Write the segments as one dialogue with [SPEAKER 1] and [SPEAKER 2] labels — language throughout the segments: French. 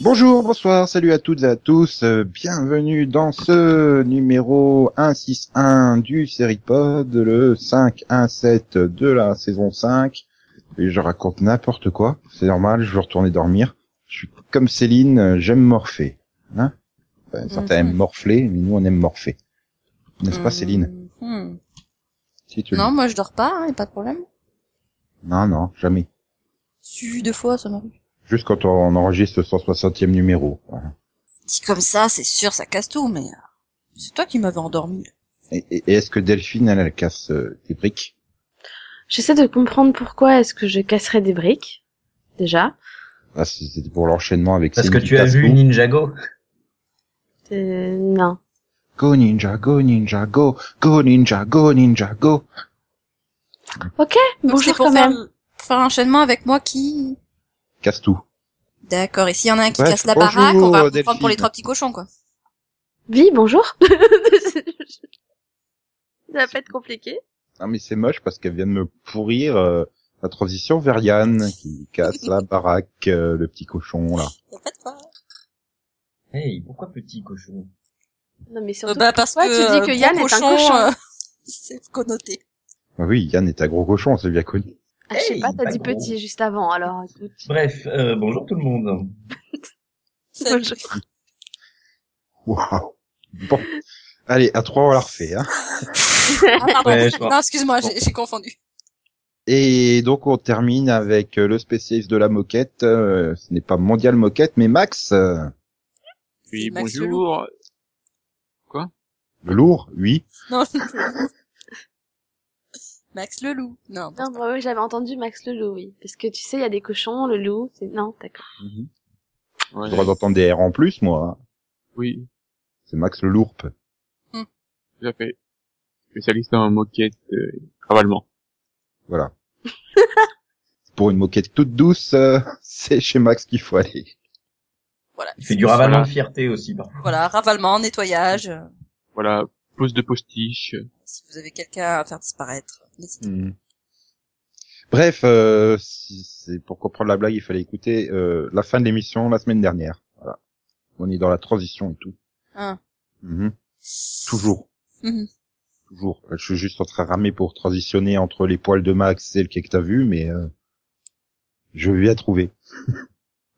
[SPEAKER 1] Bonjour, bonsoir, salut à toutes et à tous. euh, bienvenue dans ce numéro 161 du Seripod, le 517 de la saison 5. Et je raconte n'importe quoi, c'est normal, je veux retourner dormir. Je suis comme Céline, euh, j'aime morpher. Hein Enfin, certains
[SPEAKER 2] Mhm.
[SPEAKER 1] aiment morfler, mais nous on aime morpher. N'est-ce pas
[SPEAKER 2] Hmm.
[SPEAKER 1] Céline
[SPEAKER 2] Hmm.
[SPEAKER 1] Si tu le
[SPEAKER 2] Non, moi je dors pas, hein, y a pas de problème.
[SPEAKER 1] dis. non, non, jamais.
[SPEAKER 2] Su deux fois, ça m'arrive.
[SPEAKER 1] Juste quand on enregistre le 160e numéro. Voilà.
[SPEAKER 2] Si comme ça, c'est sûr, ça casse tout, mais euh, c'est toi qui m'avais endormi.
[SPEAKER 1] Et, et- et est-ce que Delphine, elle, elle casse euh, des briques
[SPEAKER 3] J'essaie de comprendre pourquoi est-ce que je casserais des briques, déjà.
[SPEAKER 1] Ah, C'était pour l'enchaînement avec
[SPEAKER 4] Parce que
[SPEAKER 1] Céline
[SPEAKER 4] tu as vu
[SPEAKER 1] Picasso.
[SPEAKER 4] Ninjago
[SPEAKER 3] Euh, non.
[SPEAKER 1] Go ninja, go ninja, go, go ninja, go ninja, go.
[SPEAKER 3] Ok,
[SPEAKER 2] Donc,
[SPEAKER 3] bonjour
[SPEAKER 2] c'était pour
[SPEAKER 3] quand
[SPEAKER 2] faire,
[SPEAKER 3] même.
[SPEAKER 2] pour faire l'enchaînement avec moi qui...
[SPEAKER 1] Casse tout.
[SPEAKER 2] D'accord, et s'il y en a un qui
[SPEAKER 1] Ouais,
[SPEAKER 2] casse la
[SPEAKER 1] bonjour,
[SPEAKER 2] baraque, on va
[SPEAKER 1] Delphine.
[SPEAKER 2] prendre pour les trois petits cochons, quoi.
[SPEAKER 3] Oui, bonjour. Ça va pas être compliqué.
[SPEAKER 1] Non mais c'est moche parce qu'elle vient de me pourrir euh, la transition vers Yann qui casse la baraque, euh, le petit cochon là.
[SPEAKER 2] Y a pas de quoi.
[SPEAKER 4] Hey, pourquoi petit cochon
[SPEAKER 3] Non mais
[SPEAKER 2] Euh,
[SPEAKER 3] surtout,
[SPEAKER 2] bah, parce
[SPEAKER 3] Ouais,
[SPEAKER 2] que,
[SPEAKER 3] tu dis que
[SPEAKER 2] euh,
[SPEAKER 3] Yann
[SPEAKER 2] gros
[SPEAKER 3] est un
[SPEAKER 2] cochon,
[SPEAKER 3] cochon.
[SPEAKER 2] euh, c'est connoté.
[SPEAKER 1] Ah oui, Yann est un gros cochon, c'est bien connu.
[SPEAKER 3] Ah, je sais
[SPEAKER 4] Hey,
[SPEAKER 3] pas, t'as
[SPEAKER 4] pas
[SPEAKER 3] dit
[SPEAKER 4] gros.
[SPEAKER 3] petit juste avant, alors écoute.
[SPEAKER 4] Bref, euh, bonjour tout le monde.
[SPEAKER 3] Bonjour.
[SPEAKER 1] Waouh. Bon. Allez, à trois on l'a refait. Hein.
[SPEAKER 2] Ah, pardon.
[SPEAKER 4] Ouais, je vois.
[SPEAKER 2] non, excuse-moi,
[SPEAKER 1] Bon.
[SPEAKER 2] j'ai j'ai confondu.
[SPEAKER 1] Et donc on termine avec euh, le spécialiste de la moquette. euh, ce n'est pas mondial moquette, mais Max. euh,
[SPEAKER 5] Oui,
[SPEAKER 2] Max
[SPEAKER 5] bonjour.
[SPEAKER 1] le lourd, oui.
[SPEAKER 2] Non. Max le loup. Non.
[SPEAKER 3] Non, bah oui, j'avais entendu Max le loup, oui. Parce que tu sais, il y a des cochons, le loup, c'est... Non, d'accord.
[SPEAKER 5] Ouais.
[SPEAKER 1] J'ai le droit d'entendre des R en plus, moi. hein.
[SPEAKER 5] Oui,
[SPEAKER 1] C'est Max le lourpe.
[SPEAKER 5] tout à fait. Spécialiste en moquette, euh, avalement.
[SPEAKER 1] Voilà. Pour une moquette toute douce, euh, c'est chez Max qu'il faut aller.
[SPEAKER 2] Voilà.
[SPEAKER 4] Il fait du ravalement
[SPEAKER 5] Voilà.
[SPEAKER 4] de fierté aussi. parfois.
[SPEAKER 2] Voilà, ravalement, nettoyage. euh,
[SPEAKER 5] Voilà, pose de postiche.
[SPEAKER 2] Si vous avez quelqu'un à faire disparaître, n'hésitez
[SPEAKER 1] Bref, euh, si c'est pour comprendre la blague, il fallait écouter euh, la fin de l'émission la semaine dernière. Voilà. On est dans la transition et tout.
[SPEAKER 2] Ah.
[SPEAKER 1] Mhm. Toujours.
[SPEAKER 2] Mhm.
[SPEAKER 1] Toujours. Je suis juste en train de ramer pour transitionner entre les poils de Max et le cake que t'as vu, mais euh, je vais bien trouver.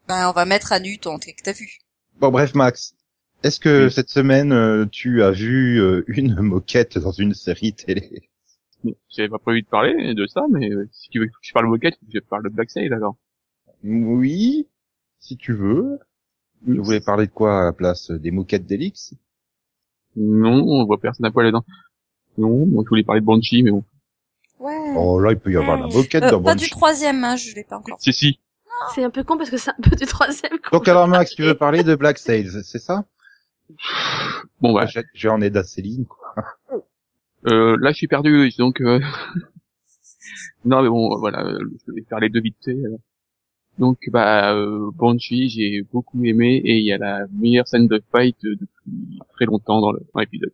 [SPEAKER 2] Ben, on va mettre à nu ton truc que t'as vu.
[SPEAKER 1] Bon, bref, Max. Est-ce que
[SPEAKER 5] Oui.
[SPEAKER 1] cette semaine, euh, tu as vu euh, une moquette dans une série télé
[SPEAKER 5] J'avais pas prévu de parler de ça, mais euh, si tu veux que je parle moquette, je parle de Black Sail alors.
[SPEAKER 1] Oui, si tu veux. Vous voulez parler de quoi à la place Des moquettes d'Elix
[SPEAKER 5] Non, on voit personne à poil dedans. Non, moi je voulais parler de Banshee, mais bon.
[SPEAKER 2] Ouais.
[SPEAKER 1] Oh là, il peut y avoir de la moquette
[SPEAKER 2] Euh,
[SPEAKER 1] dans
[SPEAKER 2] pas du
[SPEAKER 1] Banshee.
[SPEAKER 2] troisième, hein, je l'ai pas encore.
[SPEAKER 5] Si, si.
[SPEAKER 3] C'est un peu con parce que c'est un peu du troisième qu'on
[SPEAKER 1] Ah. Donc euh, alors Max, tu veux parler de Black Sails, c'est ça
[SPEAKER 5] Bon, bah,
[SPEAKER 1] J'ai j'ai en aide à Céline. quoi.
[SPEAKER 5] euh, là je suis perdu, donc... Euh... non, mais bon, voilà, euh, je vais faire les deux vite fait. euh. Donc, bah, euh, Banshee, j'ai beaucoup aimé, et il y a la meilleure scène de fight euh, depuis très longtemps dans le- dans l'épisode.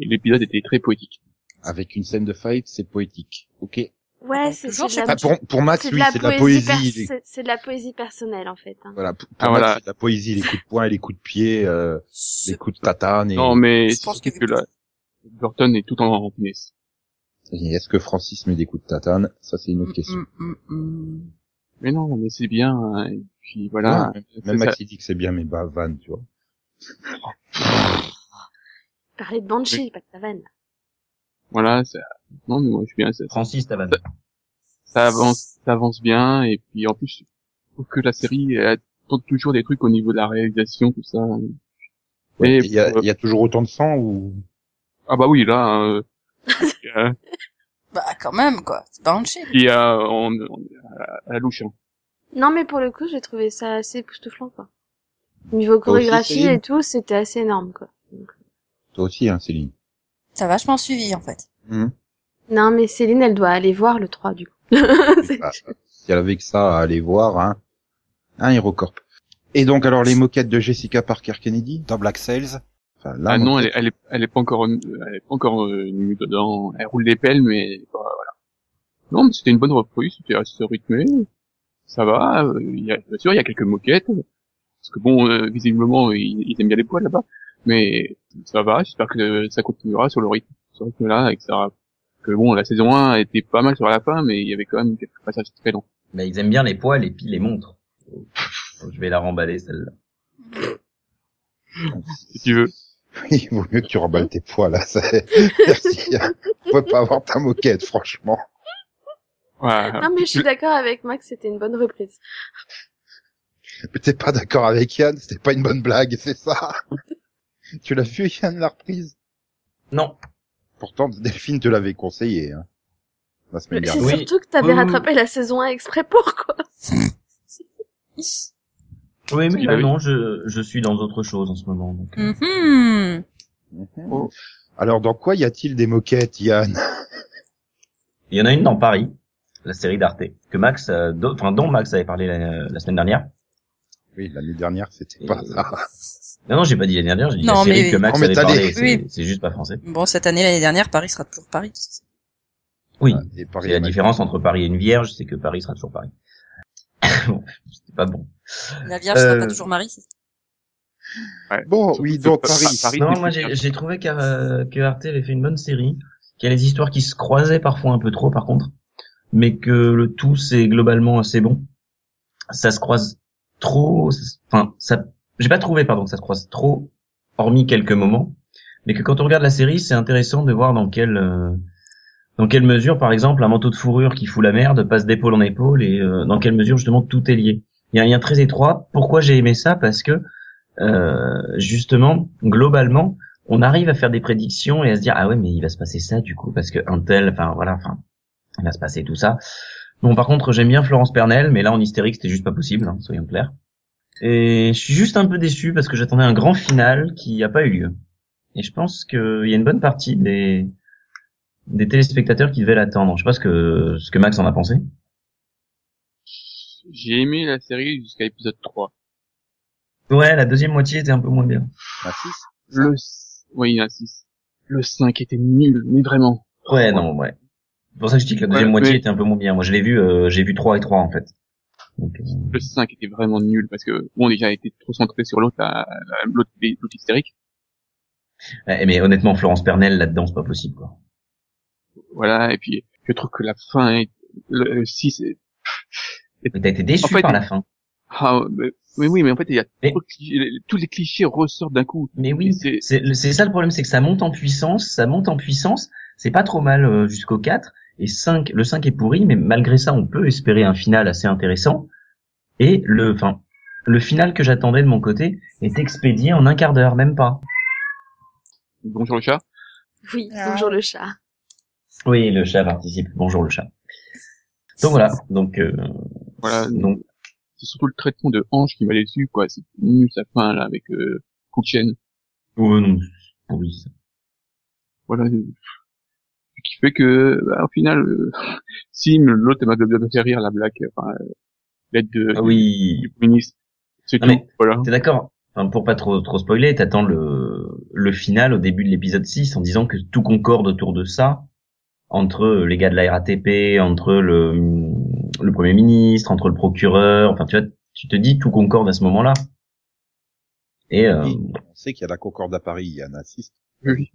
[SPEAKER 5] Et l'épisode était très poétique.
[SPEAKER 1] Avec une scène de fight, c'est poétique. Ok.
[SPEAKER 3] Ouais, c'est
[SPEAKER 2] Toujours,
[SPEAKER 3] c'est
[SPEAKER 2] je
[SPEAKER 3] de la...
[SPEAKER 1] Ah, pour, pour Max,
[SPEAKER 3] c'est
[SPEAKER 1] oui, c'est de la poésie.
[SPEAKER 3] poésie
[SPEAKER 1] les-
[SPEAKER 3] per- c'est- C'est de la poésie personnelle, en fait. hein.
[SPEAKER 1] Voilà, pour pour
[SPEAKER 5] Ah,
[SPEAKER 1] Max,
[SPEAKER 5] voilà.
[SPEAKER 1] c'est de la poésie, les coups de poing, les coups de pied, euh,
[SPEAKER 2] Ce-
[SPEAKER 1] les coups de tatane. Et...
[SPEAKER 5] Non, mais
[SPEAKER 2] Je
[SPEAKER 5] c'est
[SPEAKER 2] pense
[SPEAKER 5] surtout
[SPEAKER 2] que-
[SPEAKER 5] que, là, Burton est tout en en finesse.
[SPEAKER 1] Et Est-ce que Francis met des coups de tatane Ça, c'est une autre question.
[SPEAKER 2] Mm, mm, mm, mm.
[SPEAKER 5] Mais non, mais c'est bien. hein, Et puis voilà. C'est
[SPEAKER 1] Même
[SPEAKER 5] ça.
[SPEAKER 1] Max, il dit que Ah, c'est bien, mais bah, van, tu vois.
[SPEAKER 3] Parler de Banshee, pas de Savane.
[SPEAKER 5] Voilà. Ça... Non, mais moi je suis bien. Ça,
[SPEAKER 4] Francis Tavan.
[SPEAKER 5] ça avance, ça avance bien. Et puis en plus, je trouve que la série elle tente toujours des trucs au niveau de la réalisation, tout ça.
[SPEAKER 1] Ouais,
[SPEAKER 5] Et
[SPEAKER 1] Il y, a,
[SPEAKER 5] pour-
[SPEAKER 1] il y a toujours autant de sang ou
[SPEAKER 5] Ah bah oui, là. Euh... euh,
[SPEAKER 2] Bah, quand même, quoi. C'est pas hanché.
[SPEAKER 5] il y a on, on- à la louche. hein.
[SPEAKER 3] Non, mais pour le coup, j'ai trouvé ça assez époustouflant, quoi.
[SPEAKER 1] Toi
[SPEAKER 3] Niveau
[SPEAKER 1] aussi,
[SPEAKER 3] chorégraphie
[SPEAKER 1] Céline
[SPEAKER 3] et tout, c'était assez énorme, quoi.
[SPEAKER 1] toi aussi, hein, Céline
[SPEAKER 2] T'as vachement suivi, en fait.
[SPEAKER 1] Mhm.
[SPEAKER 3] Non, mais Céline, elle doit aller voir le 3, du coup. C'est-
[SPEAKER 1] Bah, si elle avait que ça à aller voir, hein. Un Hérocorp. Et donc, alors, les moquettes de Jessica Parker Kennedy
[SPEAKER 6] Dans Black Sails,
[SPEAKER 1] Enfin, là,
[SPEAKER 5] Ah
[SPEAKER 1] mon-
[SPEAKER 5] non, elle est, elle est, elle est pas encore, euh, elle est pas encore euh, nue dedans. Elle roule des pelles, mais euh, voilà. Non, mais c'était une bonne reprise, c'était assez rythmé. Ça va. euh, il y a, bien sûr, il y a quelques moquettes. Parce que bon, euh, visiblement, ils, ils aiment bien les poils là-bas. Mais ça va. J'espère que euh, ça continuera sur le rythme, ce rythme-là, etc. Que bon, la saison 1 était pas mal sur la fin, mais il y avait quand même quelques passages très longs.
[SPEAKER 4] Mais Bah, ils aiment bien les poils et puis les montres. Faut que Je vais la remballer celle-là.
[SPEAKER 5] Si tu veux.
[SPEAKER 1] Il vaut mieux que tu remballes tes poils, là. ça- Merci. On peut pas avoir ta moquette, franchement.
[SPEAKER 5] Voilà.
[SPEAKER 3] Non, mais je suis d'accord avec Max, c'était une bonne reprise.
[SPEAKER 1] Mais t'es pas d'accord avec Yann, c'était pas une bonne blague, c'est ça Tu l'as vu, Yann, la reprise
[SPEAKER 4] Non.
[SPEAKER 1] Pourtant, Delphine te l'avait conseillé, hein, la semaine
[SPEAKER 3] C'est
[SPEAKER 1] dernière.
[SPEAKER 4] Oui.
[SPEAKER 3] surtout que t'avais
[SPEAKER 4] Oui, oui, oui.
[SPEAKER 3] rattrapé la saison 1 exprès pour quoi
[SPEAKER 4] Oui, mais
[SPEAKER 5] Il
[SPEAKER 4] là,
[SPEAKER 5] avait-
[SPEAKER 4] non, je, je suis dans autre chose en ce moment. Donc.
[SPEAKER 2] Mhm.
[SPEAKER 1] Mhm. Alors, dans quoi y a-t-il des moquettes, Yann
[SPEAKER 4] Il y en a une dans Paris, la série d'Arte, que Max, euh, do- enfin dont Max avait parlé la, la semaine dernière.
[SPEAKER 1] Oui, l'année dernière, c'était
[SPEAKER 4] Et-
[SPEAKER 1] pas ça.
[SPEAKER 4] Non, non, j'ai pas dit l'année dernière, j'ai dit
[SPEAKER 2] Non,
[SPEAKER 4] la série
[SPEAKER 2] mais-
[SPEAKER 4] que Max
[SPEAKER 1] Non, mais
[SPEAKER 4] avait
[SPEAKER 1] t'as
[SPEAKER 4] parlé.
[SPEAKER 1] dit-
[SPEAKER 4] C'est
[SPEAKER 2] Oui.
[SPEAKER 4] c'est juste pas français.
[SPEAKER 2] Bon, cette année, l'année dernière, Paris sera toujours Paris.
[SPEAKER 4] Oui.
[SPEAKER 1] Et
[SPEAKER 4] C'est
[SPEAKER 1] Paris,
[SPEAKER 4] la
[SPEAKER 1] Match.
[SPEAKER 4] différence entre Paris et une vierge, c'est que Paris sera toujours Paris. bon, c'était pas bon.
[SPEAKER 2] La Vierge sera
[SPEAKER 4] Euh,
[SPEAKER 2] pas toujours Marie.
[SPEAKER 1] Bon, oui, donc Paris.
[SPEAKER 5] Paris,
[SPEAKER 4] Non,
[SPEAKER 5] c'est
[SPEAKER 4] moi
[SPEAKER 5] plus
[SPEAKER 4] j'ai
[SPEAKER 5] cher.
[SPEAKER 4] j'ai trouvé qu'Ar- euh, que Arte avait fait une bonne série, qu'il y a des histoires qui se croisaient parfois un peu trop par contre, mais que le tout c'est globalement assez bon. Ça se croise trop, ça se- enfin ça, j'ai pas trouvé pardon que ça se croise trop, hormis quelques moments, mais que quand on regarde la série c'est intéressant de voir dans quelle euh, dans quelle mesure par exemple un manteau de fourrure qui fout la merde passe d'épaule en épaule et euh, dans quelle mesure justement tout est lié. Il y a un lien très étroit. Pourquoi j'ai aimé ça Parce que euh, justement, globalement, on arrive à faire des prédictions et à se dire ah ouais mais il va se passer ça du coup parce que un tel, enfin voilà, enfin il va se passer tout ça. Bon par contre j'aime bien Florence Pernel, mais là en hystérique c'était juste pas possible, hein, soyons clairs. Et je suis juste un peu déçu parce que j'attendais un grand final qui n'a pas eu lieu. Et je pense qu'il y a une bonne partie des des téléspectateurs qui devaient l'attendre. Je sais pas ce que ce que Max en a pensé.
[SPEAKER 5] J'ai aimé la série jusqu'à épisode 3.
[SPEAKER 4] Ouais, la deuxième moitié était un peu moins bien.
[SPEAKER 1] Ah, si, si.
[SPEAKER 5] Le, s- oui, il y en a six. Le 5 était nul, mais vraiment.
[SPEAKER 4] Ouais, non, ouais. C'est pour ça que je dis que la deuxième
[SPEAKER 5] Ouais,
[SPEAKER 4] moitié
[SPEAKER 5] mais-
[SPEAKER 4] était un peu moins bien. Moi, je l'ai vu, euh, j'ai vu 3 et 3, en fait. Donc, euh,
[SPEAKER 5] Le 5 était vraiment nul parce que, bon, déjà, il était trop centré sur l'autre, la- la- l'autre, l'autre hystérique.
[SPEAKER 4] ouais, Eh, mais honnêtement, Florence Pernel, là-dedans, c'est pas possible, quoi.
[SPEAKER 5] Voilà, et puis, je trouve que la fin est, le, le 6 est-
[SPEAKER 4] Mais t'as été déçu
[SPEAKER 5] En fait,
[SPEAKER 4] par la fin.
[SPEAKER 5] ah, mais, mais oui, mais en fait, il y a
[SPEAKER 4] Mais-
[SPEAKER 5] trop de clichés- tous les clichés ressortent d'un coup.
[SPEAKER 4] Mais oui,
[SPEAKER 5] C'est-
[SPEAKER 4] c'est le- c'est ça le problème, c'est que ça monte en puissance, ça monte en puissance, c'est pas trop mal euh, jusqu'au 4, et 5, le 5 est pourri, mais malgré ça, on peut espérer un final assez intéressant. Et le, enfin, le final que j'attendais de mon côté est expédié en un quart d'heure, même pas.
[SPEAKER 5] Bonjour le chat.
[SPEAKER 3] Oui,
[SPEAKER 2] Ah.
[SPEAKER 3] bonjour le chat.
[SPEAKER 4] Oui, le chat participe. Bonjour le chat. Donc voilà, donc, euh,
[SPEAKER 5] Voilà.
[SPEAKER 4] donc
[SPEAKER 5] C'est surtout le traitement de Hanche qui m'a déçu, quoi. C'est nul, sa fin, là, avec, euh, coup de chaîne.
[SPEAKER 4] Ouais, non, c'est pourri, ça.
[SPEAKER 5] voilà euh, qui fait que bah, au final euh, si mais l'autre m'a bien fait rire la blague enfin euh, l'aide de
[SPEAKER 4] Ah oui,
[SPEAKER 5] du ministre c'est
[SPEAKER 1] Ah
[SPEAKER 4] Non,
[SPEAKER 5] tout
[SPEAKER 4] mais-
[SPEAKER 5] voilà
[SPEAKER 4] t'es d'accord Enfin, pour pas trop, trop spoiler, t'attends le, le final au début de l'épisode 6 en disant que tout concorde autour de ça, entre les gars de la RATP, entre le, le Premier ministre, entre le procureur, enfin tu vois, tu te dis tout concorde à ce moment-là. Et euh,
[SPEAKER 1] Oui. On sait qu'il y a la Concorde à Paris, Yann, assiste.
[SPEAKER 5] Oui.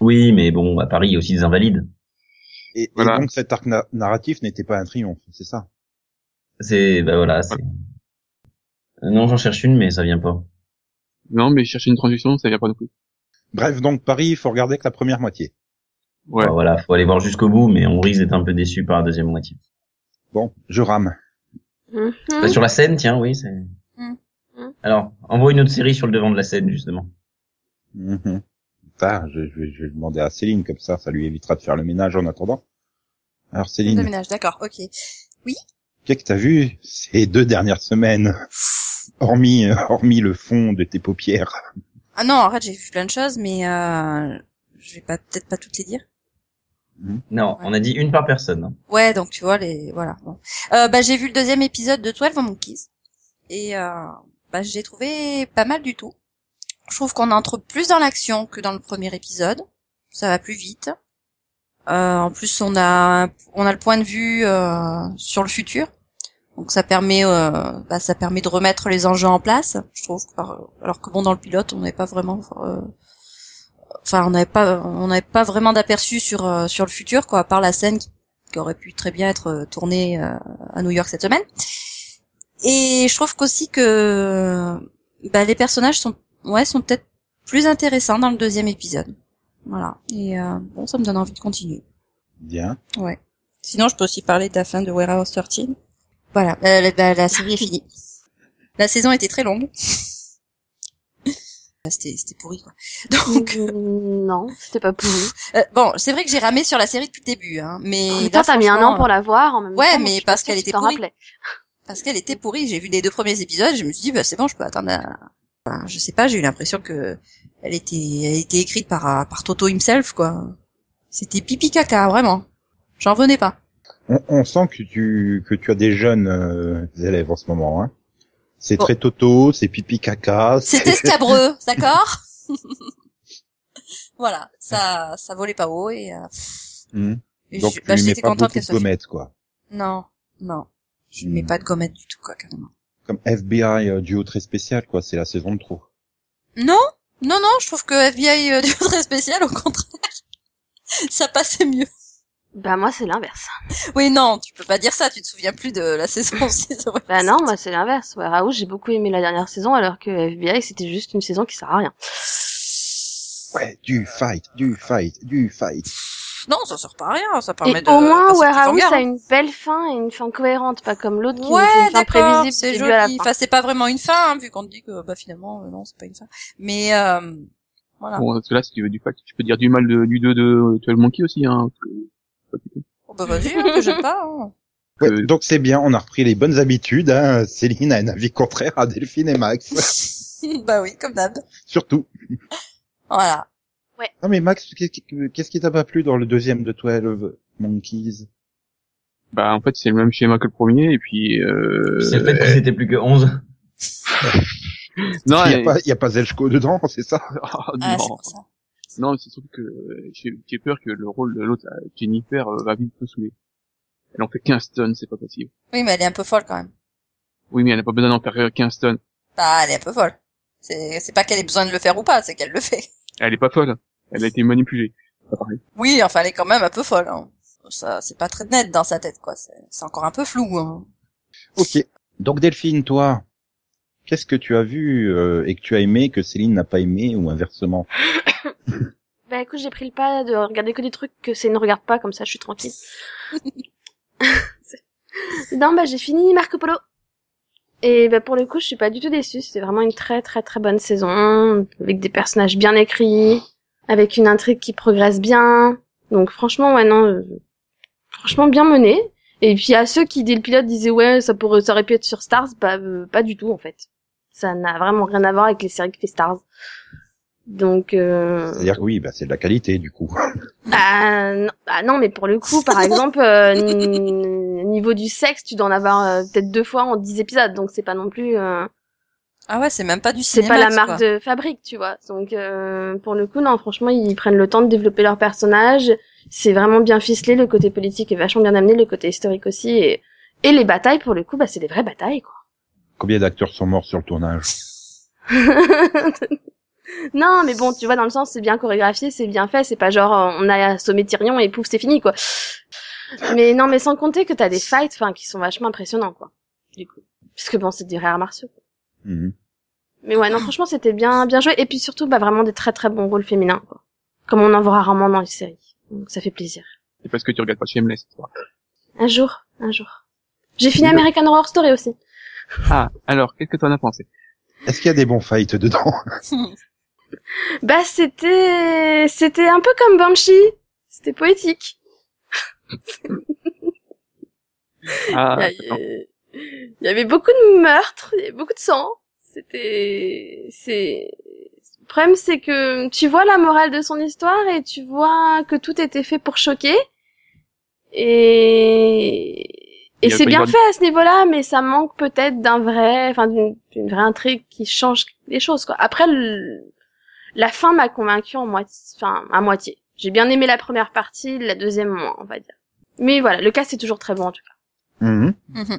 [SPEAKER 4] oui, mais bon, à Paris, il y a aussi des invalides.
[SPEAKER 1] Et, et
[SPEAKER 5] Voilà.
[SPEAKER 1] donc cet arc na- narratif n'était pas un triomphe, c'est ça
[SPEAKER 4] C'est, bah voilà, c'est... Non, j'en cherche une, mais ça vient pas.
[SPEAKER 5] non mais chercher une transition ça vient pas non plus
[SPEAKER 1] Bref, donc Paris, il faut regarder que la première moitié.
[SPEAKER 5] ouais
[SPEAKER 4] Enfin, voilà, faut aller voir jusqu'au bout, mais on risque d'être un peu déçu par la deuxième moitié.
[SPEAKER 1] Bon, je rame.
[SPEAKER 3] Mhm.
[SPEAKER 4] Bah, sur la scène, tiens, oui, c'est.
[SPEAKER 2] Mm.
[SPEAKER 3] Mm.
[SPEAKER 4] Alors, envoie une autre série sur le devant de la scène, justement.
[SPEAKER 1] Mhm. Putain, je, je vais- je vais demander à Céline, comme ça, ça lui évitera de faire le ménage en attendant. Alors
[SPEAKER 2] Le
[SPEAKER 1] Céline,
[SPEAKER 2] ménage, d'accord, ok.
[SPEAKER 1] qu'est-ce que t'as vu ces deux dernières semaines Hormis, euh, hormis le fond de tes paupières.
[SPEAKER 2] Ah non, en fait, j'ai vu plein de choses, mais euh, je vais pas peut-être pas toutes les dire.
[SPEAKER 4] Non, on a dit une par personne. hein.
[SPEAKER 2] Ouais, donc tu vois les voilà. bon. Euh, bah j'ai vu le deuxième épisode de 12 Monkeys et euh, bah j'ai trouvé pas mal du tout. Je trouve qu'on entre plus dans l'action que dans le premier épisode. Ça va plus vite. Euh, en plus, on a on a le point de vue euh, sur le futur, donc ça permet euh, bah, ça permet de remettre les enjeux en place. Je trouve par- alors que bon dans le pilote, on n'avait pas vraiment euh, enfin on n'avait pas on n'avait pas vraiment d'aperçu sur euh, sur le futur quoi, à part la scène qui, qui aurait pu très bien être euh, tournée euh, à New York cette semaine. Et je trouve qu'aussi que bah, les personnages sont ouais sont peut-être plus intéressants dans le deuxième épisode. Voilà. Et euh, bon, ça me donne envie de continuer.
[SPEAKER 1] Bien.
[SPEAKER 2] Sinon, je peux aussi parler de la fin de Warehouse 13. Voilà, euh, la, la- la série est finie. La saison était très longue. Bah, C'était c'était pourri, quoi. Donc,
[SPEAKER 3] Mm, Non, c'était pas pour vous.
[SPEAKER 2] euh, bon, c'est vrai que j'ai ramé sur la série depuis le début, hein, mais...
[SPEAKER 3] Toi,
[SPEAKER 2] là,
[SPEAKER 3] t'as mis un
[SPEAKER 2] franchement,
[SPEAKER 3] an pour la voir en même
[SPEAKER 2] ouais,
[SPEAKER 3] temps.
[SPEAKER 2] mais
[SPEAKER 3] je suis
[SPEAKER 2] parce
[SPEAKER 3] pas sûre
[SPEAKER 2] qu'elle
[SPEAKER 3] que tu
[SPEAKER 2] était
[SPEAKER 3] t'en
[SPEAKER 2] pourrie.
[SPEAKER 3] rappelais.
[SPEAKER 2] Parce qu'elle était pourrie. J'ai vu les deux premiers épisodes, je me suis dit, bah, c'est bon, je peux attendre la... Enfin, je sais pas, j'ai eu l'impression que elle était, elle était écrite par, euh, par Toto himself, quoi. C'était pipi caca, vraiment. J'en venais pas.
[SPEAKER 1] On, on sent que tu que tu as des jeunes euh, élèves en ce moment. Hein. C'est
[SPEAKER 2] Bon.
[SPEAKER 1] très toto, c'est pipi caca.
[SPEAKER 2] C'était scabreux, d'accord Voilà, ça, ça volait pas haut et, euh,
[SPEAKER 1] Hmm.
[SPEAKER 2] et
[SPEAKER 1] Donc
[SPEAKER 2] je-
[SPEAKER 1] tu
[SPEAKER 2] bah,
[SPEAKER 1] lui mets
[SPEAKER 2] j'étais
[SPEAKER 1] pas
[SPEAKER 2] contente
[SPEAKER 1] beaucoup
[SPEAKER 2] qu'elle
[SPEAKER 1] de
[SPEAKER 2] soit finie.
[SPEAKER 1] gommettes quoi.
[SPEAKER 2] Non, non, je lui mets
[SPEAKER 1] Hmm.
[SPEAKER 2] pas de gommettes du tout quoi carrément.
[SPEAKER 1] Comme FBI euh, duo très spécial quoi. C'est la saison de trop.
[SPEAKER 2] Non, non, non, je trouve que FBI euh, du très spécial au contraire, ça passait mieux.
[SPEAKER 3] Bah moi, c'est l'inverse.
[SPEAKER 2] Oui, non, tu peux pas dire ça, tu te souviens plus de la saison 6. ouais.
[SPEAKER 3] Bah non, moi, c'est l'inverse. Ouais, Raoult, j'ai beaucoup aimé la dernière saison, alors que FBI, c'était juste une saison qui sert à rien.
[SPEAKER 1] Ouais, du fight, du fight, du fight.
[SPEAKER 2] Non, ça sort pas à rien, ça
[SPEAKER 3] Et
[SPEAKER 2] permet de.
[SPEAKER 3] au moins,
[SPEAKER 2] passer le
[SPEAKER 3] Warehouse
[SPEAKER 2] cliffhanger,
[SPEAKER 3] a
[SPEAKER 2] hein.
[SPEAKER 3] une belle fin et une fin cohérente, pas comme l'autre qui nous fait
[SPEAKER 2] Ouais,
[SPEAKER 3] une fin
[SPEAKER 2] d'accord,
[SPEAKER 3] prévisible
[SPEAKER 2] c'est
[SPEAKER 3] du début à la
[SPEAKER 2] joli.
[SPEAKER 3] fin.
[SPEAKER 2] Enfin, c'est pas vraiment une fin, hein, vu qu'on te dit que bah finalement euh, non, c'est pas une fin. Mais euh, voilà.
[SPEAKER 5] Bon, parce que là, si tu veux du fact, tu peux dire du mal de- du 2 de Tuel Monkey aussi, hein. parce que-
[SPEAKER 2] Oh, bah vas-y, hein, que j'aime pas. hein.
[SPEAKER 1] Ouais,
[SPEAKER 5] Euh,
[SPEAKER 1] donc c'est bien, on a repris les bonnes habitudes. Hein. Céline a un avis contraire à Delphine et Max.
[SPEAKER 2] bah oui, comme d'hab.
[SPEAKER 1] Surtout.
[SPEAKER 2] Voilà.
[SPEAKER 1] Non mais Max, qu'est-ce qui qu'est-ce qui t'a pas plu dans le deuxième de 12 Monkeys
[SPEAKER 5] Bah, en fait, c'est le même schéma que le premier, et puis, euh...
[SPEAKER 4] C'est le fait qu'ils étaient plus que 11.
[SPEAKER 5] Non,
[SPEAKER 1] Il y a
[SPEAKER 5] et-
[SPEAKER 1] pas, il y a pas Zelchko dedans, c'est ça
[SPEAKER 5] Ah,
[SPEAKER 2] Ah, c'est
[SPEAKER 5] non.
[SPEAKER 2] pour ça.
[SPEAKER 5] Non, c'est surtout que euh, j'ai j'ai peur que le rôle de l'autre, euh, Jennifer, euh, va vite me saouler. Elle en fait 15 tonnes, c'est pas possible.
[SPEAKER 2] Oui, mais elle est un peu folle quand même.
[SPEAKER 5] Oui, mais elle n'a pas besoin d'en faire 15 tonnes.
[SPEAKER 2] Bah, elle est un peu folle. C'est c'est pas qu'elle ait besoin de le faire ou pas, c'est qu'elle le fait.
[SPEAKER 5] Elle est pas folle. Elle a été manipulée. Pas pareil.
[SPEAKER 2] Oui, enfin, elle est quand même un peu folle. hein. Ça, c'est pas très net dans sa tête, quoi. C'est c'est encore un peu flou. hein.
[SPEAKER 1] Ok. Donc Delphine, toi, qu'est-ce que tu as vu euh, et que tu as aimé que Céline n'a pas aimé ou inversement
[SPEAKER 3] Bah écoute, j'ai pris le pas de regarder que des trucs que c'est ne regarde pas, comme ça je suis tranquille. non, bah j'ai fini Marco Polo. Et bah pour le coup, je suis pas du tout déçue, c'est vraiment une très très très bonne saison, avec des personnages bien écrits, avec une intrigue qui progresse bien. Donc franchement, ouais, non, euh, franchement bien menée. Et puis à ceux qui, dès le pilote, disaient ouais, ça pourrait, ça aurait pu être sur Stars, bah euh, pas du tout en fait. Ça n'a vraiment rien à voir avec les séries que fait Stars. Donc, euh...
[SPEAKER 1] C'est-à-dire que oui, bah c'est de la qualité du coup.
[SPEAKER 3] Ah non, ah non, mais pour le coup, par exemple, euh, n- niveau du sexe, tu dois en avoir euh, peut-être deux fois en dix épisodes, donc c'est pas non plus, euh,
[SPEAKER 2] Ah ouais, c'est même pas du
[SPEAKER 3] c'est
[SPEAKER 2] cinéma.
[SPEAKER 3] pas la marque de fabrique, tu vois. Donc euh, pour le coup, non, franchement, ils prennent le temps de développer leur personnage. C'est vraiment bien ficelé, le côté politique est vachement bien amené, le côté historique aussi, et, et les batailles, pour le coup, bah c'est des vraies batailles, quoi.
[SPEAKER 1] Combien d'acteurs sont morts sur le tournage
[SPEAKER 3] non, mais bon, tu vois, dans le sens, c'est bien chorégraphié, c'est bien fait, c'est pas genre euh, on a assommé Tyrion et pouf, c'est fini, quoi. Mais non, mais sans compter que t'as des fights, enfin, qui sont vachement impressionnants, quoi. Du coup. Parce que bon, c'est des rares martiaux.
[SPEAKER 1] Mhm.
[SPEAKER 3] Mais ouais, non, franchement, c'était bien, bien joué. Et puis surtout, bah, vraiment des très très bons rôles féminins, quoi. Comme on en voit rarement dans les séries. Donc, ça fait plaisir.
[SPEAKER 5] C'est parce que tu regardes pas Shameless. toi.
[SPEAKER 3] Un jour, un jour. J'ai fini
[SPEAKER 5] Mais-
[SPEAKER 3] American Horror Story aussi.
[SPEAKER 5] Ah, alors, qu'est-ce que t'en as pensé
[SPEAKER 1] Est-ce qu'il y a des bons fights dedans
[SPEAKER 3] Bah, c'était, c'était un peu comme Banshee. C'était poétique.
[SPEAKER 5] Ah,
[SPEAKER 3] Il y, a- il y avait beaucoup de meurtres, il y avait beaucoup de sang. C'était, c'est, le problème c'est que tu vois la morale de son histoire et tu vois que tout était fait pour choquer. Et,
[SPEAKER 5] Il
[SPEAKER 3] et
[SPEAKER 5] y a
[SPEAKER 3] c'est
[SPEAKER 5] pas
[SPEAKER 3] bien
[SPEAKER 5] une bonne-
[SPEAKER 3] fait à ce niveau-là, mais ça manque peut-être d'un vrai, enfin d'une d'une vraie intrigue qui change les choses quoi. Après, le- la fin m'a convaincu en moitié, enfin à moitié. J'ai bien aimé la première partie, la deuxième moins, on va dire. Mais voilà, le cas c'est toujours très bon en tout cas.
[SPEAKER 1] Mhm.
[SPEAKER 2] Mhm.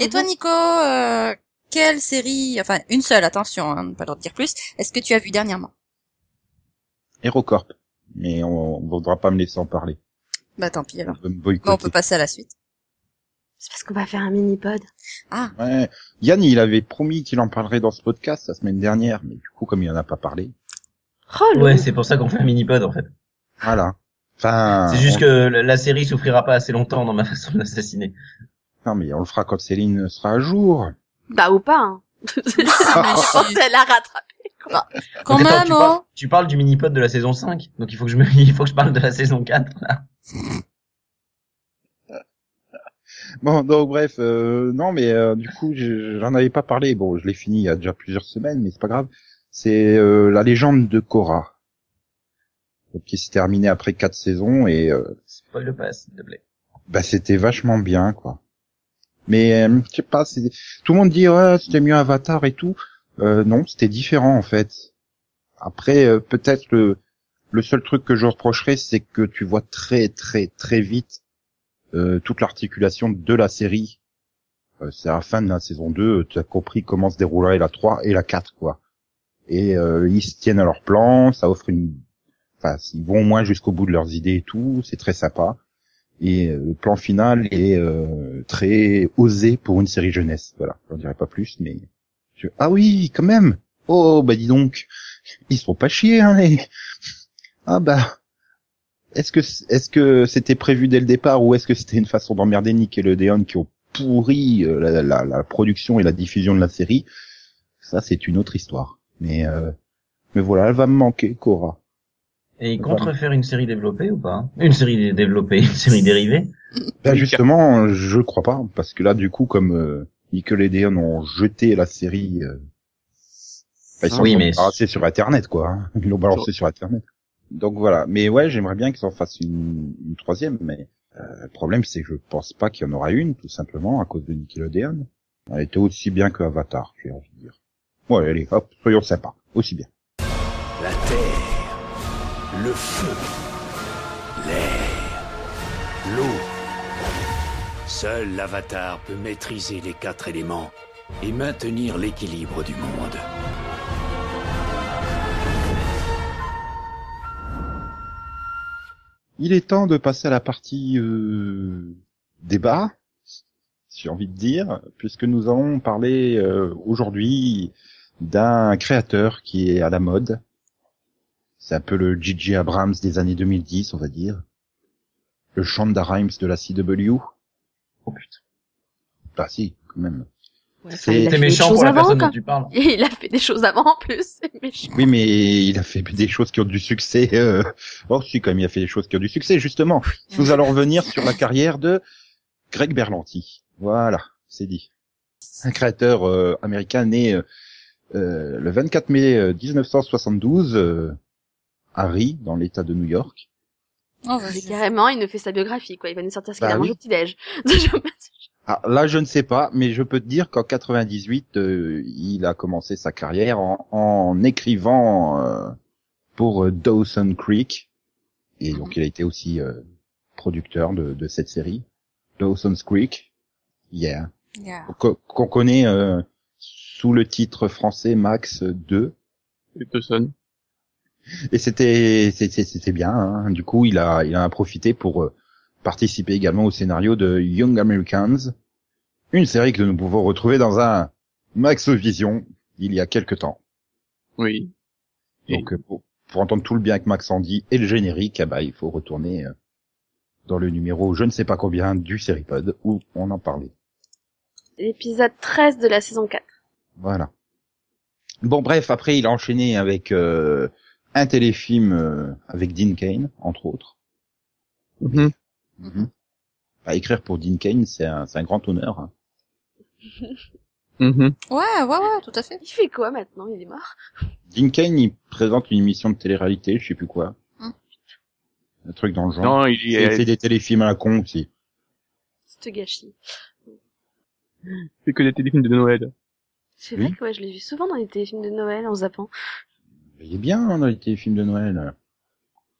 [SPEAKER 2] Et toi, Nico, euh, quelle série, enfin une seule, attention, hein, pas le droit de dire plus, est-ce que tu as vu dernièrement
[SPEAKER 1] Hérocorp. Mais on ne voudra pas me laisser en parler.
[SPEAKER 2] Bah tant pis alors.
[SPEAKER 1] On peut me
[SPEAKER 2] Bon, on
[SPEAKER 1] boycotter.
[SPEAKER 2] peut passer à la suite.
[SPEAKER 3] C'est parce qu'on va faire un mini-pod.
[SPEAKER 1] Ouais. Yann, il avait promis qu'il en parlerait dans ce podcast la semaine dernière, mais du coup, comme il en a pas parlé,
[SPEAKER 3] Oh le
[SPEAKER 4] Ouais, c'est pour ça qu'on fait un mini-pod, en fait.
[SPEAKER 1] voilà. Enfin,
[SPEAKER 4] c'est juste
[SPEAKER 1] on-
[SPEAKER 4] que la la série souffrira pas assez longtemps dans ma façon de l'assassiner.
[SPEAKER 1] Non, mais on le fera quand Céline sera à jour.
[SPEAKER 3] Bah ou pas. Hein.
[SPEAKER 2] Ah,
[SPEAKER 3] Je pense qu'elle a rattrapé.
[SPEAKER 2] Quand
[SPEAKER 4] Donc, attends,
[SPEAKER 2] même,
[SPEAKER 4] tu, parles,
[SPEAKER 2] hein
[SPEAKER 4] tu parles du mini-pod de la saison 5, donc il faut que je me, il faut que je parle de la saison 4, là.
[SPEAKER 1] Bon, donc bref, euh, non, mais euh, du coup, je- j'en avais pas parlé. Bon, je l'ai fini il y a déjà plusieurs semaines, mais c'est pas grave. C'est euh, la légende de Korra, Donc, qui s'est terminée après quatre saisons et euh,
[SPEAKER 4] Spoil le pass, s'il te plaît.
[SPEAKER 1] bah c'était vachement bien quoi. Mais euh, je sais pas, c'est tout le monde dit ouais, c'était mieux Avatar et tout. Euh, non, c'était différent en fait. Après euh, peut-être le le seul truc que je reprocherais c'est que tu vois très très très vite euh, toute l'articulation de la série. Euh, c'est à la fin de la saison 2, tu as compris comment se déroulera la 3 et la 4 quoi. Et euh, ils se tiennent à leur plan, ça offre une enfin ils vont au moins jusqu'au bout de leurs idées et tout, c'est très sympa et euh, le plan final est euh, très osé pour une série jeunesse. Voilà, j'en dirai pas plus, mais je- ah oui, quand même. Oh bah dis donc, ils se font pas chier hein les. Ah bah, est-ce que c- est-ce que c'était prévu dès le départ ou est-ce que c'était une façon d'emmerder Nick et le Deon qui ont pourri euh, la, la- la production et la diffusion de la série Ça c'est une autre histoire. Mais euh, mais voilà, elle va me manquer, Cora.
[SPEAKER 4] Et il compte refaire une série développée ou pas hein Une série dé- développée, une série dérivée
[SPEAKER 1] Ben
[SPEAKER 5] Oui,
[SPEAKER 1] justement, je crois pas, parce que là, du coup, comme euh, Nickel et Deon ont jeté la série, euh,
[SPEAKER 5] ah,
[SPEAKER 1] ben, ils s'en
[SPEAKER 4] Ah Oui,
[SPEAKER 1] sont
[SPEAKER 4] mais-
[SPEAKER 1] débarrassés sur Internet, quoi. hein. Ils l'ont balancé sur Internet. Donc voilà. Mais ouais, j'aimerais bien qu'ils en fassent une, une troisième, mais euh, le problème, c'est que je pense pas qu'il y en aura une, tout simplement, à cause de Nickelodeon. Elle était aussi bien que Avatar, j'ai envie de dire. Ouais, allez, hop, soyons sympas. Aussi bien.
[SPEAKER 6] La terre, le feu, l'air, l'eau. Seul l'avatar peut maîtriser les quatre éléments et maintenir l'équilibre du monde.
[SPEAKER 1] Il est temps de passer à la partie euh, débat, j'ai envie de dire, puisque nous allons parler euh, aujourd'hui d'un créateur qui est à la mode. C'est un peu le Gigi Abrams des années 2010, on va dire. Le Shonda Rhimes de la CW.
[SPEAKER 4] Oh putain.
[SPEAKER 1] Bah si, quand même.
[SPEAKER 3] Ouais,
[SPEAKER 1] C'est-
[SPEAKER 3] enfin, il
[SPEAKER 1] T'es
[SPEAKER 3] a fait
[SPEAKER 4] T'es
[SPEAKER 3] des
[SPEAKER 4] méchant
[SPEAKER 3] choses
[SPEAKER 4] pour la
[SPEAKER 3] avant,
[SPEAKER 4] personne
[SPEAKER 3] quoi.
[SPEAKER 4] dont tu parles.
[SPEAKER 3] Et il a fait des choses avant en plus. C'est méchant.
[SPEAKER 1] Oui, mais il a fait des choses qui ont du succès. Euh... Oh, si, quand même, il a fait des choses qui ont du succès, justement. Nous allons revenir sur la carrière de Greg Berlanti. Voilà, c'est dit. Un créateur euh, américain né euh, euh, le 24 mai euh, 1972 euh, à Rye, dans l'État de New York.
[SPEAKER 2] Oh, bah,
[SPEAKER 3] Mais
[SPEAKER 2] je-
[SPEAKER 3] carrément, il ne fait sa biographie, quoi. Il va nous sortir ce qu'il
[SPEAKER 1] Bah
[SPEAKER 3] a
[SPEAKER 1] oui.
[SPEAKER 3] mangé au petit-déj. Je-
[SPEAKER 1] Ah, là, je ne sais pas, mais je peux te dire qu'en 98, euh, il a commencé sa carrière en, en écrivant euh, pour euh, Dawson Creek, et donc il a été aussi euh, producteur de, de cette série, Dawson's Creek, yeah,
[SPEAKER 2] Yeah.
[SPEAKER 1] qu'on qu'on connaît euh, sous le titre français Max 2,
[SPEAKER 5] C'est Dawson.
[SPEAKER 1] et c'était c'est- c'est- c'était bien. hein. Du coup, il a il en a profité pour euh, participer également au scénario de Young Americans, une série que nous pouvons retrouver dans un Max Vision il y a quelque temps.
[SPEAKER 5] Oui. Et-
[SPEAKER 1] Donc euh, pour, pour entendre tout le bien que Max en dit et le générique, eh ben, il faut retourner euh, dans le numéro je ne sais pas combien du Seripod où on en parlait.
[SPEAKER 3] L'épisode 13 de la saison 4.
[SPEAKER 1] Voilà. Bon, bref, après, il a enchaîné avec euh, un téléfilm euh, avec Dean Kane, entre autres.
[SPEAKER 5] Mhm.
[SPEAKER 1] Mhm. Bah, écrire pour Dean Kane, c'est un, c'est un grand honneur. hein.
[SPEAKER 5] Mhm.
[SPEAKER 2] Ouais, ouais, ouais, tout à fait.
[SPEAKER 3] Il fait quoi maintenant Il est mort
[SPEAKER 1] Dean Kane, il présente une émission de télé-réalité, je sais plus quoi.
[SPEAKER 2] Mhm.
[SPEAKER 1] Un truc dans le genre.
[SPEAKER 5] Non, il
[SPEAKER 1] il
[SPEAKER 5] est,
[SPEAKER 1] fait des téléfilms à la con aussi.
[SPEAKER 3] C'est gâchis.
[SPEAKER 5] c'est que des téléfilms de Noël.
[SPEAKER 3] C'est
[SPEAKER 1] Oui.
[SPEAKER 3] vrai que ouais, je l'ai vu souvent dans les téléfilms de Noël en zappant.
[SPEAKER 1] Il est bien hein, dans les téléfilms de Noël.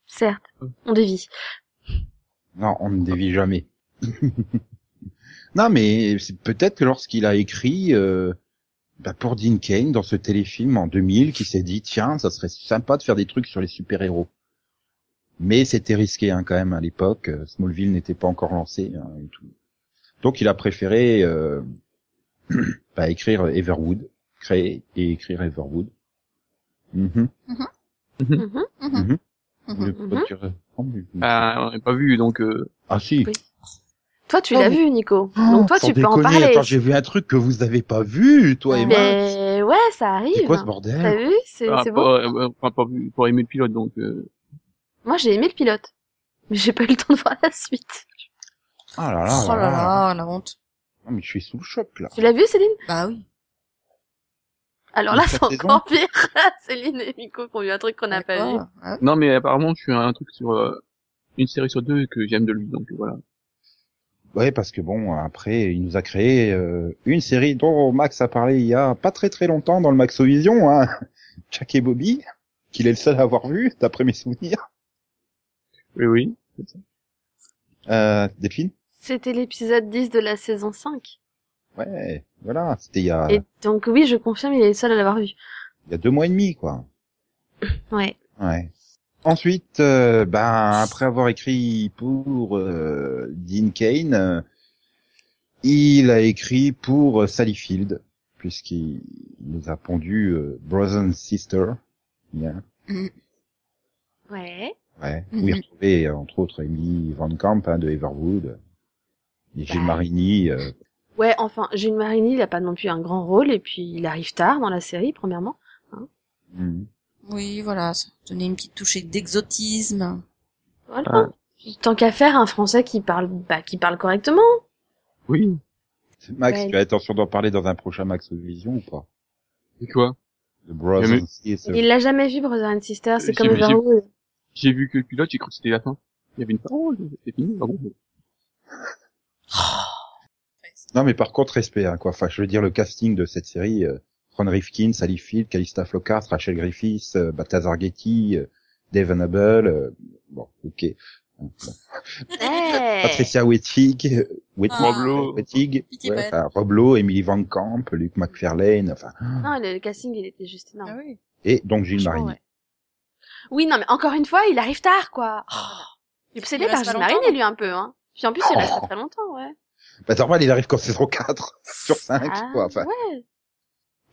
[SPEAKER 3] Certes,
[SPEAKER 1] Mm.
[SPEAKER 3] on dévie.
[SPEAKER 1] Non, on ne dévie jamais. non, mais c'est peut-être que lorsqu'il a écrit euh, bah, pour Dean Kane dans ce téléfilm en 2000, qui s'est dit tiens, ça serait sympa de faire des trucs sur les super héros. Mais c'était risqué hein, quand même à l'époque. euh, Smallville n'était pas encore lancé hein, et tout. Donc il a préféré euh, bah, écrire Everwood, créer et écrire Everwood. Mhm.
[SPEAKER 3] Mhm.
[SPEAKER 2] Mhm.
[SPEAKER 1] Mhm.
[SPEAKER 2] Mhm.
[SPEAKER 1] Le
[SPEAKER 3] Mhm.
[SPEAKER 1] poture- oh, mais-
[SPEAKER 5] Ah, on l'a pas vu, donc euh,
[SPEAKER 1] Ah si.
[SPEAKER 3] Oui. Toi, tu
[SPEAKER 1] Oh,
[SPEAKER 3] l'as
[SPEAKER 1] mais-
[SPEAKER 3] vu, Nico. Donc toi,
[SPEAKER 1] Sans
[SPEAKER 3] tu peux en
[SPEAKER 1] déconner,
[SPEAKER 3] parler.
[SPEAKER 1] Attends, j'ai vu un truc que vous avez pas vu, toi et moi.
[SPEAKER 3] Mais ouais, ça arrive. hein.
[SPEAKER 1] C'est quoi ce
[SPEAKER 3] T'as
[SPEAKER 1] bordel
[SPEAKER 3] vu C'est
[SPEAKER 5] ah,
[SPEAKER 3] c'est beau.
[SPEAKER 5] pas, euh, enfin, pas vu- pas aimé le pilote, donc euh,
[SPEAKER 3] Moi, j'ai aimé le pilote. Mais j'ai pas eu le temps de voir la suite.
[SPEAKER 1] Ah là là,
[SPEAKER 2] Oh là là, la honte.
[SPEAKER 1] Non, mais je suis sous le choc là.
[SPEAKER 3] Tu l'as vu, Céline
[SPEAKER 2] Bah oui.
[SPEAKER 3] Alors
[SPEAKER 1] Mais
[SPEAKER 3] là,
[SPEAKER 1] cette
[SPEAKER 3] c'est
[SPEAKER 1] saison
[SPEAKER 3] encore pire. Céline et Nico qui ont vu un truc qu'on n'a pas vu.
[SPEAKER 2] D'accord. Ah oui.
[SPEAKER 5] non, mais apparemment, je suis un truc sur euh, une série sur deux que j'aime de lui, donc voilà.
[SPEAKER 1] Ouais, parce que bon, après, il nous a créé euh, une série dont Max a parlé il y a pas très très longtemps dans le Maxovision, hein. Chuck et Bobby, qu'il est le seul à avoir vu, d'après mes souvenirs.
[SPEAKER 5] Oui, oui.
[SPEAKER 1] Euh, Delphine
[SPEAKER 3] C'était l'épisode 10 de la saison 5.
[SPEAKER 1] Ouais, voilà, c'était il y a,
[SPEAKER 3] Et donc, oui, je confirme, il est le seul à l'avoir vu.
[SPEAKER 1] il y a deux mois et demi, quoi.
[SPEAKER 3] Ouais.
[SPEAKER 1] Ouais. Ensuite, euh, ben, après avoir écrit pour euh, Dean Kane, euh, il a écrit pour euh, Sally Field, puisqu'il nous a pondu euh, Brother and Sister. bien.
[SPEAKER 3] Ouais.
[SPEAKER 1] Ouais.
[SPEAKER 2] Mhm.
[SPEAKER 1] Où il retrouvait, euh, entre autres, Emily Van Camp hein, de Everwood, et Gilles
[SPEAKER 3] Bah.
[SPEAKER 1] Marini. euh,
[SPEAKER 3] Ouais, enfin, Jules Marini, il a pas non plus un grand rôle, et puis il arrive tard dans la série, premièrement.
[SPEAKER 1] mhm.
[SPEAKER 2] Oui, voilà, ça donnait une petite touche d'exotisme.
[SPEAKER 3] Voilà.
[SPEAKER 5] Ah.
[SPEAKER 3] Tant qu'à faire, un Français qui parle, bah, qui parle correctement.
[SPEAKER 5] Oui.
[SPEAKER 1] Max,
[SPEAKER 3] Ouais.
[SPEAKER 1] tu as intention d'en parler dans un prochain Max Vision ou pas
[SPEAKER 5] Et quoi
[SPEAKER 1] The Brother
[SPEAKER 5] Jamais.
[SPEAKER 1] and Sister.
[SPEAKER 3] Il l'a jamais vu, Brother and Sister, c'est
[SPEAKER 5] J'ai
[SPEAKER 3] comme
[SPEAKER 5] vu- j'ai-
[SPEAKER 3] Everwood.
[SPEAKER 5] J'ai vu que le pilote, j'ai cru que c'était la fin. Il y avait une fin. Oh, c'est fini. Ah bon.
[SPEAKER 1] Non, mais par contre, respect, hein, quoi. Enfin, je veux dire, le casting de cette série, euh, Ron Rifkin, Sally Field, Calista Flockhart, Rachel Griffiths, euh, Balthazar Getty, euh, Dave Annable, euh, bon, ok.
[SPEAKER 3] Eh
[SPEAKER 1] Patricia Wettig, euh, Wet-
[SPEAKER 2] Ah.
[SPEAKER 5] Roblo.
[SPEAKER 1] Wettig,
[SPEAKER 2] Vicky
[SPEAKER 1] ouais,
[SPEAKER 2] Bell.
[SPEAKER 1] enfin, Rob Lowe, Emily Van Camp, Luke McFarlane, enfin,
[SPEAKER 3] Non, le casting, il était juste énorme.
[SPEAKER 2] Ah oui.
[SPEAKER 1] et donc Gilles
[SPEAKER 3] Franchement,
[SPEAKER 1] Marini.
[SPEAKER 3] ouais. Oui, non, mais encore une fois, il arrive tard, quoi. Oh. Il est obsédé
[SPEAKER 2] Il
[SPEAKER 3] par
[SPEAKER 2] reste pas
[SPEAKER 3] Gilles
[SPEAKER 2] longtemps,
[SPEAKER 3] Marini, lui, un peu, hein. Puis en plus, il reste
[SPEAKER 1] Oh.
[SPEAKER 3] pas très longtemps, ouais.
[SPEAKER 1] Bah, normal, il arrive qu'en saison 4 sur 5,
[SPEAKER 3] Ah,
[SPEAKER 1] quoi, enfin.
[SPEAKER 3] ouais.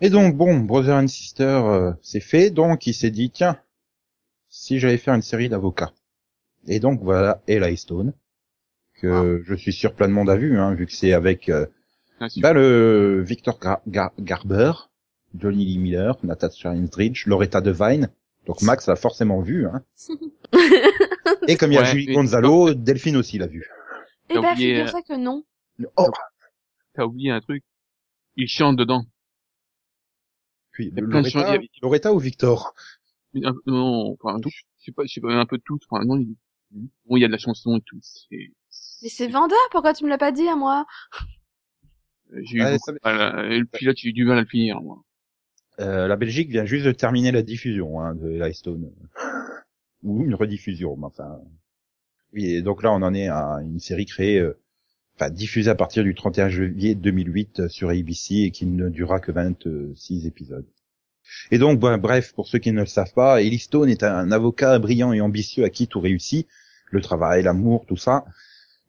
[SPEAKER 1] Et donc, bon, Brother and Sister, euh, c'est fait. Donc, il s'est dit, tiens, si j'allais faire une série d'avocats. Et donc, voilà Ella Stone, que je suis sûr plein de monde a vu, hein, vu que c'est avec euh,
[SPEAKER 5] Ah, si.
[SPEAKER 1] bah, le Victor Gar- Gar- Garber, Johnny Lee Miller, Natasha Ridge, Loretta Devine. Donc, Max l'a forcément vu. Hein. Et comme il y a
[SPEAKER 5] Ouais,
[SPEAKER 1] Julie
[SPEAKER 5] oui.
[SPEAKER 1] Gonzalo, Delphine aussi l'a vu.
[SPEAKER 3] Eh
[SPEAKER 5] T'as
[SPEAKER 3] ben,
[SPEAKER 5] oublié,
[SPEAKER 3] figure ça que non.
[SPEAKER 1] Oh,
[SPEAKER 5] T'as oublié un truc. Il chante dedans.
[SPEAKER 1] puis,
[SPEAKER 5] y a plein de gens-
[SPEAKER 1] Loretta,
[SPEAKER 5] il y
[SPEAKER 1] Loretta ou Victor
[SPEAKER 5] Mais un- Non, enfin, je sais pas, je sais pas, un peu de tout. Enfin, non, il,
[SPEAKER 1] Mm.
[SPEAKER 5] bon, il y a de la chanson et tout. c'est-
[SPEAKER 3] Mais c'est vendeur, pourquoi tu me l'as pas dit à moi
[SPEAKER 5] euh, J'ai eu
[SPEAKER 1] Ouais,
[SPEAKER 5] beaucoup
[SPEAKER 1] ça-
[SPEAKER 5] de mal à- et le pilote, j'ai eu du mal à le finir, moi.
[SPEAKER 1] Euh, la Belgique vient juste de terminer la diffusion hein, de Eli Stone. Ou une rediffusion, mais enfin. Oui, et donc là, on en est à une série créée, euh, enfin diffusée à partir du 31 juillet 2008 euh, sur ABC et qui ne durera que 26 épisodes. Et donc, ben, bref, pour ceux qui ne le savent pas, Eli Stone est un avocat brillant et ambitieux à qui tout réussit, le travail, l'amour, tout ça.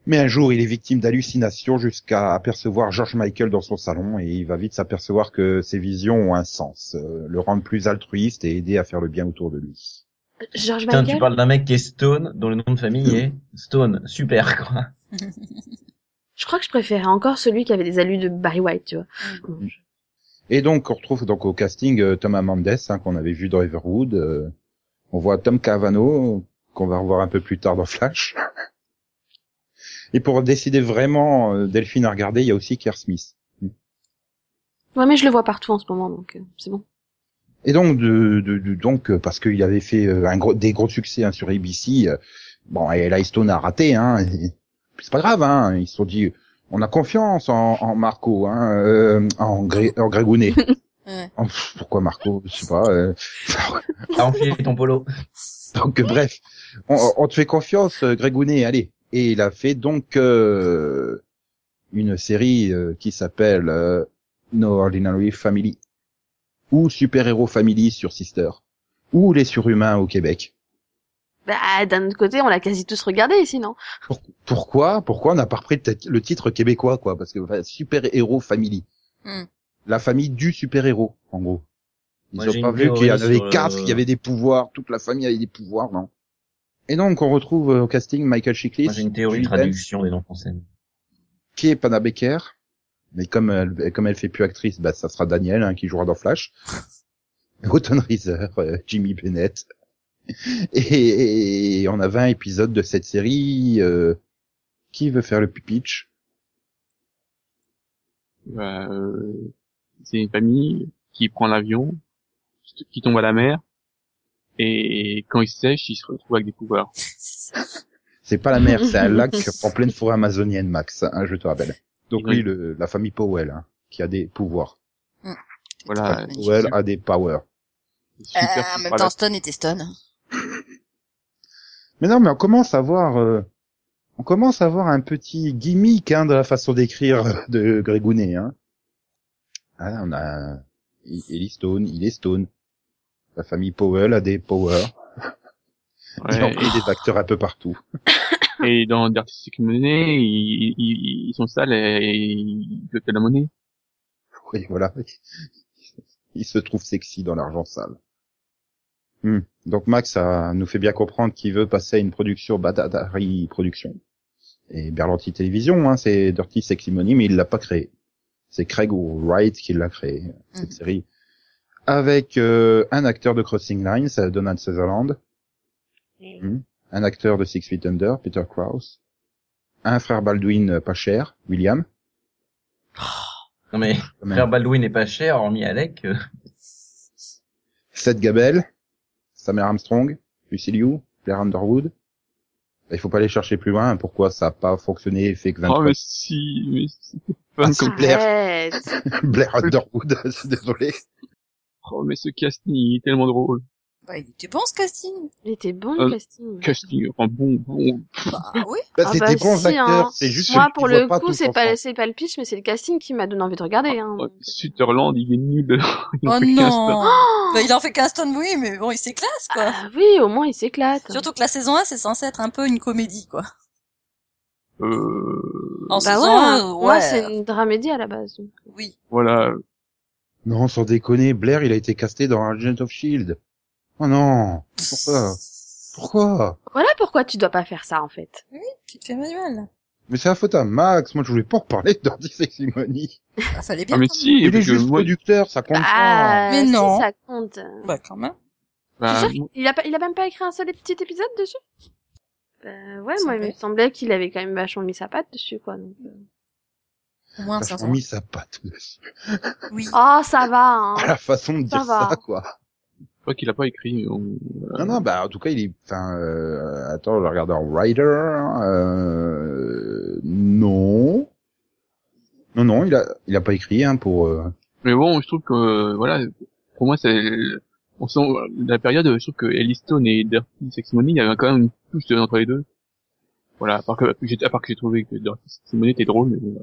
[SPEAKER 1] Mais un jour, il est victime d'hallucinations jusqu'à apercevoir George Michael dans son salon et il va vite s'apercevoir que ses visions ont un sens, euh, le rendre plus altruiste et aider à faire le bien autour de lui.
[SPEAKER 3] George
[SPEAKER 4] Putain,
[SPEAKER 3] Michael
[SPEAKER 4] tu parles d'un mec qui est Stone, dont le nom de famille est Stone. Super, quoi.
[SPEAKER 3] Je crois que je préférais encore celui qui avait des allus de Barry White, tu vois.
[SPEAKER 1] Et donc, on retrouve donc au casting euh, Thomas Mendes, hein, qu'on avait vu dans Everwood. euh, on voit Tom Cavano, qu'on va revoir un peu plus tard dans Flash. et pour décider vraiment euh, Delphine à regarder, il y a aussi Claire Smith.
[SPEAKER 3] Ouais, mais je le vois partout en ce moment, donc euh, c'est bon.
[SPEAKER 1] Et donc, de, de- de- donc euh, parce qu'il avait fait euh, un gros, des gros succès hein, sur ABC, euh, bon, et Lightstone a raté, hein, et- c'est pas grave, hein, ils se sont dit, on a confiance en, en Marco, hein, euh, en, Gré, en Grégounet.
[SPEAKER 2] Ouais.
[SPEAKER 1] Oh, pff, pourquoi Marco Je sais pas. euh.
[SPEAKER 4] T'as enfilé ton polo.
[SPEAKER 1] Donc euh, bref, on, on te fait confiance, euh, Grégounet, allez. Et il a fait donc euh, une série euh, qui s'appelle euh, No Ordinary Family ou Super Hero Family sur Sister ou Les Surhumains au Québec.
[SPEAKER 3] Bah, d'un autre côté, on l'a quasi tous regardé ici, non
[SPEAKER 1] Pourquoi Pourquoi on n'a pas repris le tit- le titre québécois quoi Parce que enfin, Super Hero Family,
[SPEAKER 2] Hmm.
[SPEAKER 1] la famille du super héros en gros. Ils
[SPEAKER 4] Moi,
[SPEAKER 1] ont
[SPEAKER 4] j'ai
[SPEAKER 1] pas
[SPEAKER 4] une
[SPEAKER 1] vu qu'il y en
[SPEAKER 4] théorie
[SPEAKER 1] avait
[SPEAKER 4] sur,
[SPEAKER 1] quatre,
[SPEAKER 4] euh,
[SPEAKER 1] il y avait des pouvoirs, toute la famille avait des pouvoirs, non Et donc on retrouve euh, au casting Michael Chiklis,
[SPEAKER 4] Moi, j'ai une théorie de
[SPEAKER 1] Julie Benz,
[SPEAKER 4] traduction des noms français.
[SPEAKER 1] qui est Pana Becker, mais comme elle, comme elle fait plus actrice, bah ça sera Daniel hein, qui jouera dans Flash. Autumn Reeser, euh, Jimmy Bennett. Et, et on a 20 épisodes de cette série. euh, qui veut faire le pitch
[SPEAKER 5] Bah, euh, c'est une famille qui prend l'avion, qui- qui tombe à la mer, et quand ils sèchent, ils se retrouvent avec des pouvoirs.
[SPEAKER 1] C'est pas la mer, c'est un lac en pleine forêt amazonienne, Max, hein, je te rappelle. Donc
[SPEAKER 5] Oui.
[SPEAKER 1] oui, le- la famille Powell, hein, qui a des pouvoirs.
[SPEAKER 5] Voilà.
[SPEAKER 2] Ah, Ouais,
[SPEAKER 1] Powell a des powers.
[SPEAKER 5] Super
[SPEAKER 2] Euh, en même
[SPEAKER 5] super
[SPEAKER 2] temps, Stone était Stone.
[SPEAKER 1] Mais non, mais on commence à voir, euh, on commence à voir un petit gimmick hein, de la façon d'écrire de Grégounet. Hein. Ah, on a il- Ellie Stone, il est Stone. La famille Powell a des powers.
[SPEAKER 5] Ouais,
[SPEAKER 1] Et en plus, des acteurs un peu partout.
[SPEAKER 5] Et, et dans Dirty Money, ils, ils, ils sont sales et, et ils veulent de la monnaie.
[SPEAKER 1] Oui, voilà. Il se trouve sexy dans l'argent sale. Hmm. Donc Max, ça nous fait bien comprendre qu'il veut passer à une production Badadari Production. Et Berlanti Télévision, hein, c'est Dirty Sexy Money, mais il l'a pas créé. C'est Craig Wright qui l'a créé, cette
[SPEAKER 2] Mhm.
[SPEAKER 1] série. Avec euh, un acteur de Crossing Lines, euh, Donald Sutherland. Hmm. Un acteur de Six Feet Under, Peter Krause. Un frère Baldwin euh, pas cher, William.
[SPEAKER 4] Non mais,
[SPEAKER 1] Quand même.
[SPEAKER 4] frère Baldwin n'est pas cher, hormis Alec. euh,
[SPEAKER 1] Seth Gabel, Samuel Armstrong, Lucy Liu, Blair Underwood. Bah, Il faut pas les chercher plus loin. Pourquoi ça a pas fonctionné et fait que 23
[SPEAKER 5] Oh, mais si, mais si.
[SPEAKER 1] Ah, c'est Blair,
[SPEAKER 3] Arrête.
[SPEAKER 1] Blair Underwood. c'est Désolé.
[SPEAKER 3] Ah,
[SPEAKER 5] Oh, mais ce casting, il est tellement drôle.
[SPEAKER 2] Bah, il était bon ce casting.
[SPEAKER 3] Il était bon,
[SPEAKER 5] Euh,
[SPEAKER 3] le casting.
[SPEAKER 5] Casting, enfin bon, bon.
[SPEAKER 2] Bah oui.
[SPEAKER 1] Bah,
[SPEAKER 3] Ah
[SPEAKER 1] c'est
[SPEAKER 3] bah
[SPEAKER 1] des bons
[SPEAKER 3] si,
[SPEAKER 1] acteurs.
[SPEAKER 3] hein.
[SPEAKER 1] C'est juste
[SPEAKER 3] Moi,
[SPEAKER 1] celui
[SPEAKER 3] pour
[SPEAKER 1] qui voit
[SPEAKER 3] le
[SPEAKER 1] pas
[SPEAKER 3] coup,
[SPEAKER 1] tout
[SPEAKER 3] c'est
[SPEAKER 1] en
[SPEAKER 3] pas,
[SPEAKER 1] France.
[SPEAKER 3] c'est pas le pitch, mais c'est le casting qui m'a donné envie de regarder. Hein.
[SPEAKER 5] Oh, Sutherland, il est nul. Il en
[SPEAKER 2] Oh
[SPEAKER 5] fait qu'un seul.
[SPEAKER 2] non. Bah, il en fait qu'un Stone, oui, mais bon, il s'éclate quoi.
[SPEAKER 3] Ah oui, au moins il s'éclate.
[SPEAKER 2] Surtout que la saison 1, c'est censé être un peu une comédie quoi.
[SPEAKER 5] Euh,
[SPEAKER 2] En
[SPEAKER 3] Bah
[SPEAKER 2] saison
[SPEAKER 3] ouais, hein.
[SPEAKER 2] 1, ouais.
[SPEAKER 3] moi c'est une dramédie à la base.
[SPEAKER 2] Oui.
[SPEAKER 5] voilà.
[SPEAKER 1] Non, sans déconner, Blair, il a été casté dans Agent of Shield. Oh non. Pourquoi? hein. Pourquoi?
[SPEAKER 3] Voilà pourquoi tu dois pas faire ça en fait.
[SPEAKER 2] Tu te fais mal.
[SPEAKER 1] Mais c'est la faute à Max. Moi, je voulais pas reparler de Dirty Sexy Money.
[SPEAKER 2] Bah, fallait bien.
[SPEAKER 5] Ah, mais
[SPEAKER 2] quand
[SPEAKER 5] si,
[SPEAKER 1] Il est
[SPEAKER 5] parce que
[SPEAKER 1] juste
[SPEAKER 5] moi,
[SPEAKER 1] producteur, ça compte pas.
[SPEAKER 3] Ah,
[SPEAKER 2] Mais
[SPEAKER 3] si,
[SPEAKER 2] non.
[SPEAKER 3] ça compte.
[SPEAKER 2] même. Bah quand même.
[SPEAKER 1] Euh,
[SPEAKER 5] bah,
[SPEAKER 3] T'es sûr Il a, pas, il a même pas écrit un seul petit épisode dessus Bah ouais,
[SPEAKER 2] Ça
[SPEAKER 3] moi il
[SPEAKER 2] fait.
[SPEAKER 3] me semblait qu'il avait quand même vachement mis sa patte dessus quoi. donc, euh.
[SPEAKER 2] Au moins
[SPEAKER 1] Vachement
[SPEAKER 2] ça.
[SPEAKER 1] mis sa patte dessus.
[SPEAKER 2] Oui.
[SPEAKER 3] Oh ça va hein.
[SPEAKER 1] À la façon de
[SPEAKER 3] Ça
[SPEAKER 1] dire
[SPEAKER 3] va.
[SPEAKER 1] ça, quoi.
[SPEAKER 5] je crois qu'il a pas écrit. on-
[SPEAKER 1] Non, non, bah en tout cas, il est. Enfin, euh, attends, je regarde en Rider. Euh, non, non, non, il a, il a pas écrit hein, pour. euh,
[SPEAKER 5] Mais bon, je trouve que, euh, voilà, pour moi, c'est, on sent, la période, je trouve que Ellie Stone et Dirty Sexy Money, il y avait quand même une touche de- entre les deux. Voilà, à part que, j'ai- à part que j'ai trouvé que Dirty Sexy Money était drôle, mais bon,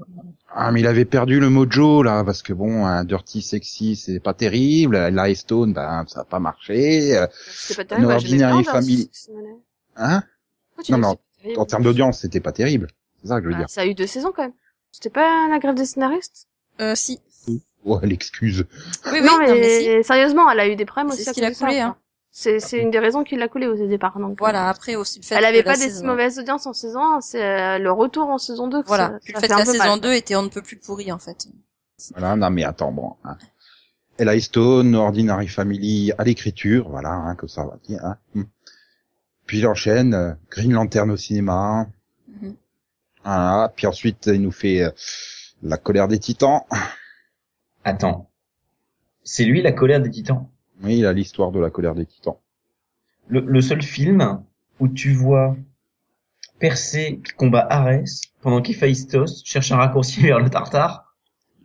[SPEAKER 1] Ah, mais il avait perdu le mojo là, parce que bon, un dirty sexy, c'est pas terrible. Là, Stone, ben ça a pas marché. Euh,
[SPEAKER 3] C'était pas terrible,
[SPEAKER 1] Non,
[SPEAKER 3] moi j'aimais
[SPEAKER 1] Ordinary
[SPEAKER 3] bien dans
[SPEAKER 1] Family.
[SPEAKER 3] Six Feet Under.
[SPEAKER 1] Hein
[SPEAKER 3] Pourquoi tu
[SPEAKER 1] Non,
[SPEAKER 3] dis que
[SPEAKER 1] non,
[SPEAKER 3] c'est pas terrible
[SPEAKER 1] En termes d'audience, c'était pas terrible. C'est ça que je veux
[SPEAKER 3] Bah,
[SPEAKER 1] dire.
[SPEAKER 3] Ça a eu deux saisons quand même. C'était pas la grève des scénaristes
[SPEAKER 2] Euh, si.
[SPEAKER 1] Oh, l'excuse.
[SPEAKER 2] Oui, oui,
[SPEAKER 3] non, mais,
[SPEAKER 2] si.
[SPEAKER 3] sérieusement, elle a eu des problèmes
[SPEAKER 2] C'est
[SPEAKER 3] aussi
[SPEAKER 2] ce
[SPEAKER 3] à
[SPEAKER 2] qui
[SPEAKER 3] cause
[SPEAKER 2] l'a
[SPEAKER 3] de ça,
[SPEAKER 2] coulé,
[SPEAKER 3] quoi.
[SPEAKER 2] hein.
[SPEAKER 3] C'est c'est une des raisons qui l'a coulé au départ. Donc,
[SPEAKER 2] Voilà, après aussi le fait
[SPEAKER 3] euh, Elle
[SPEAKER 2] que
[SPEAKER 3] avait
[SPEAKER 2] la
[SPEAKER 3] pas des
[SPEAKER 2] saison-
[SPEAKER 3] mauvaises audiences en saison 1, c'est euh, le retour en saison 2 que
[SPEAKER 2] Voilà,
[SPEAKER 3] ça,
[SPEAKER 2] puis
[SPEAKER 3] ça
[SPEAKER 2] le
[SPEAKER 3] fait
[SPEAKER 2] fait que
[SPEAKER 3] un
[SPEAKER 2] la
[SPEAKER 3] peu
[SPEAKER 2] saison
[SPEAKER 3] mal.
[SPEAKER 2] 2 était on ne peut plus pourrie en fait.
[SPEAKER 1] Voilà, non, mais attends, bon. Hein. Ella Stone, Ordinary Family à l'écriture, voilà, hein, comme ça on va dire. Hein. Hmm. Puis il enchaîne euh, Green Lantern au cinéma.
[SPEAKER 2] Mhm.
[SPEAKER 1] Voilà, puis ensuite il nous fait euh, La colère des titans.
[SPEAKER 4] Attends. C'est lui la colère des titans.
[SPEAKER 1] Oui, il a l'histoire de la colère des titans.
[SPEAKER 4] Le, le seul film où tu vois Persée qui combat Arès pendant qu'Héphaïstos cherche un raccourci vers le Tartare.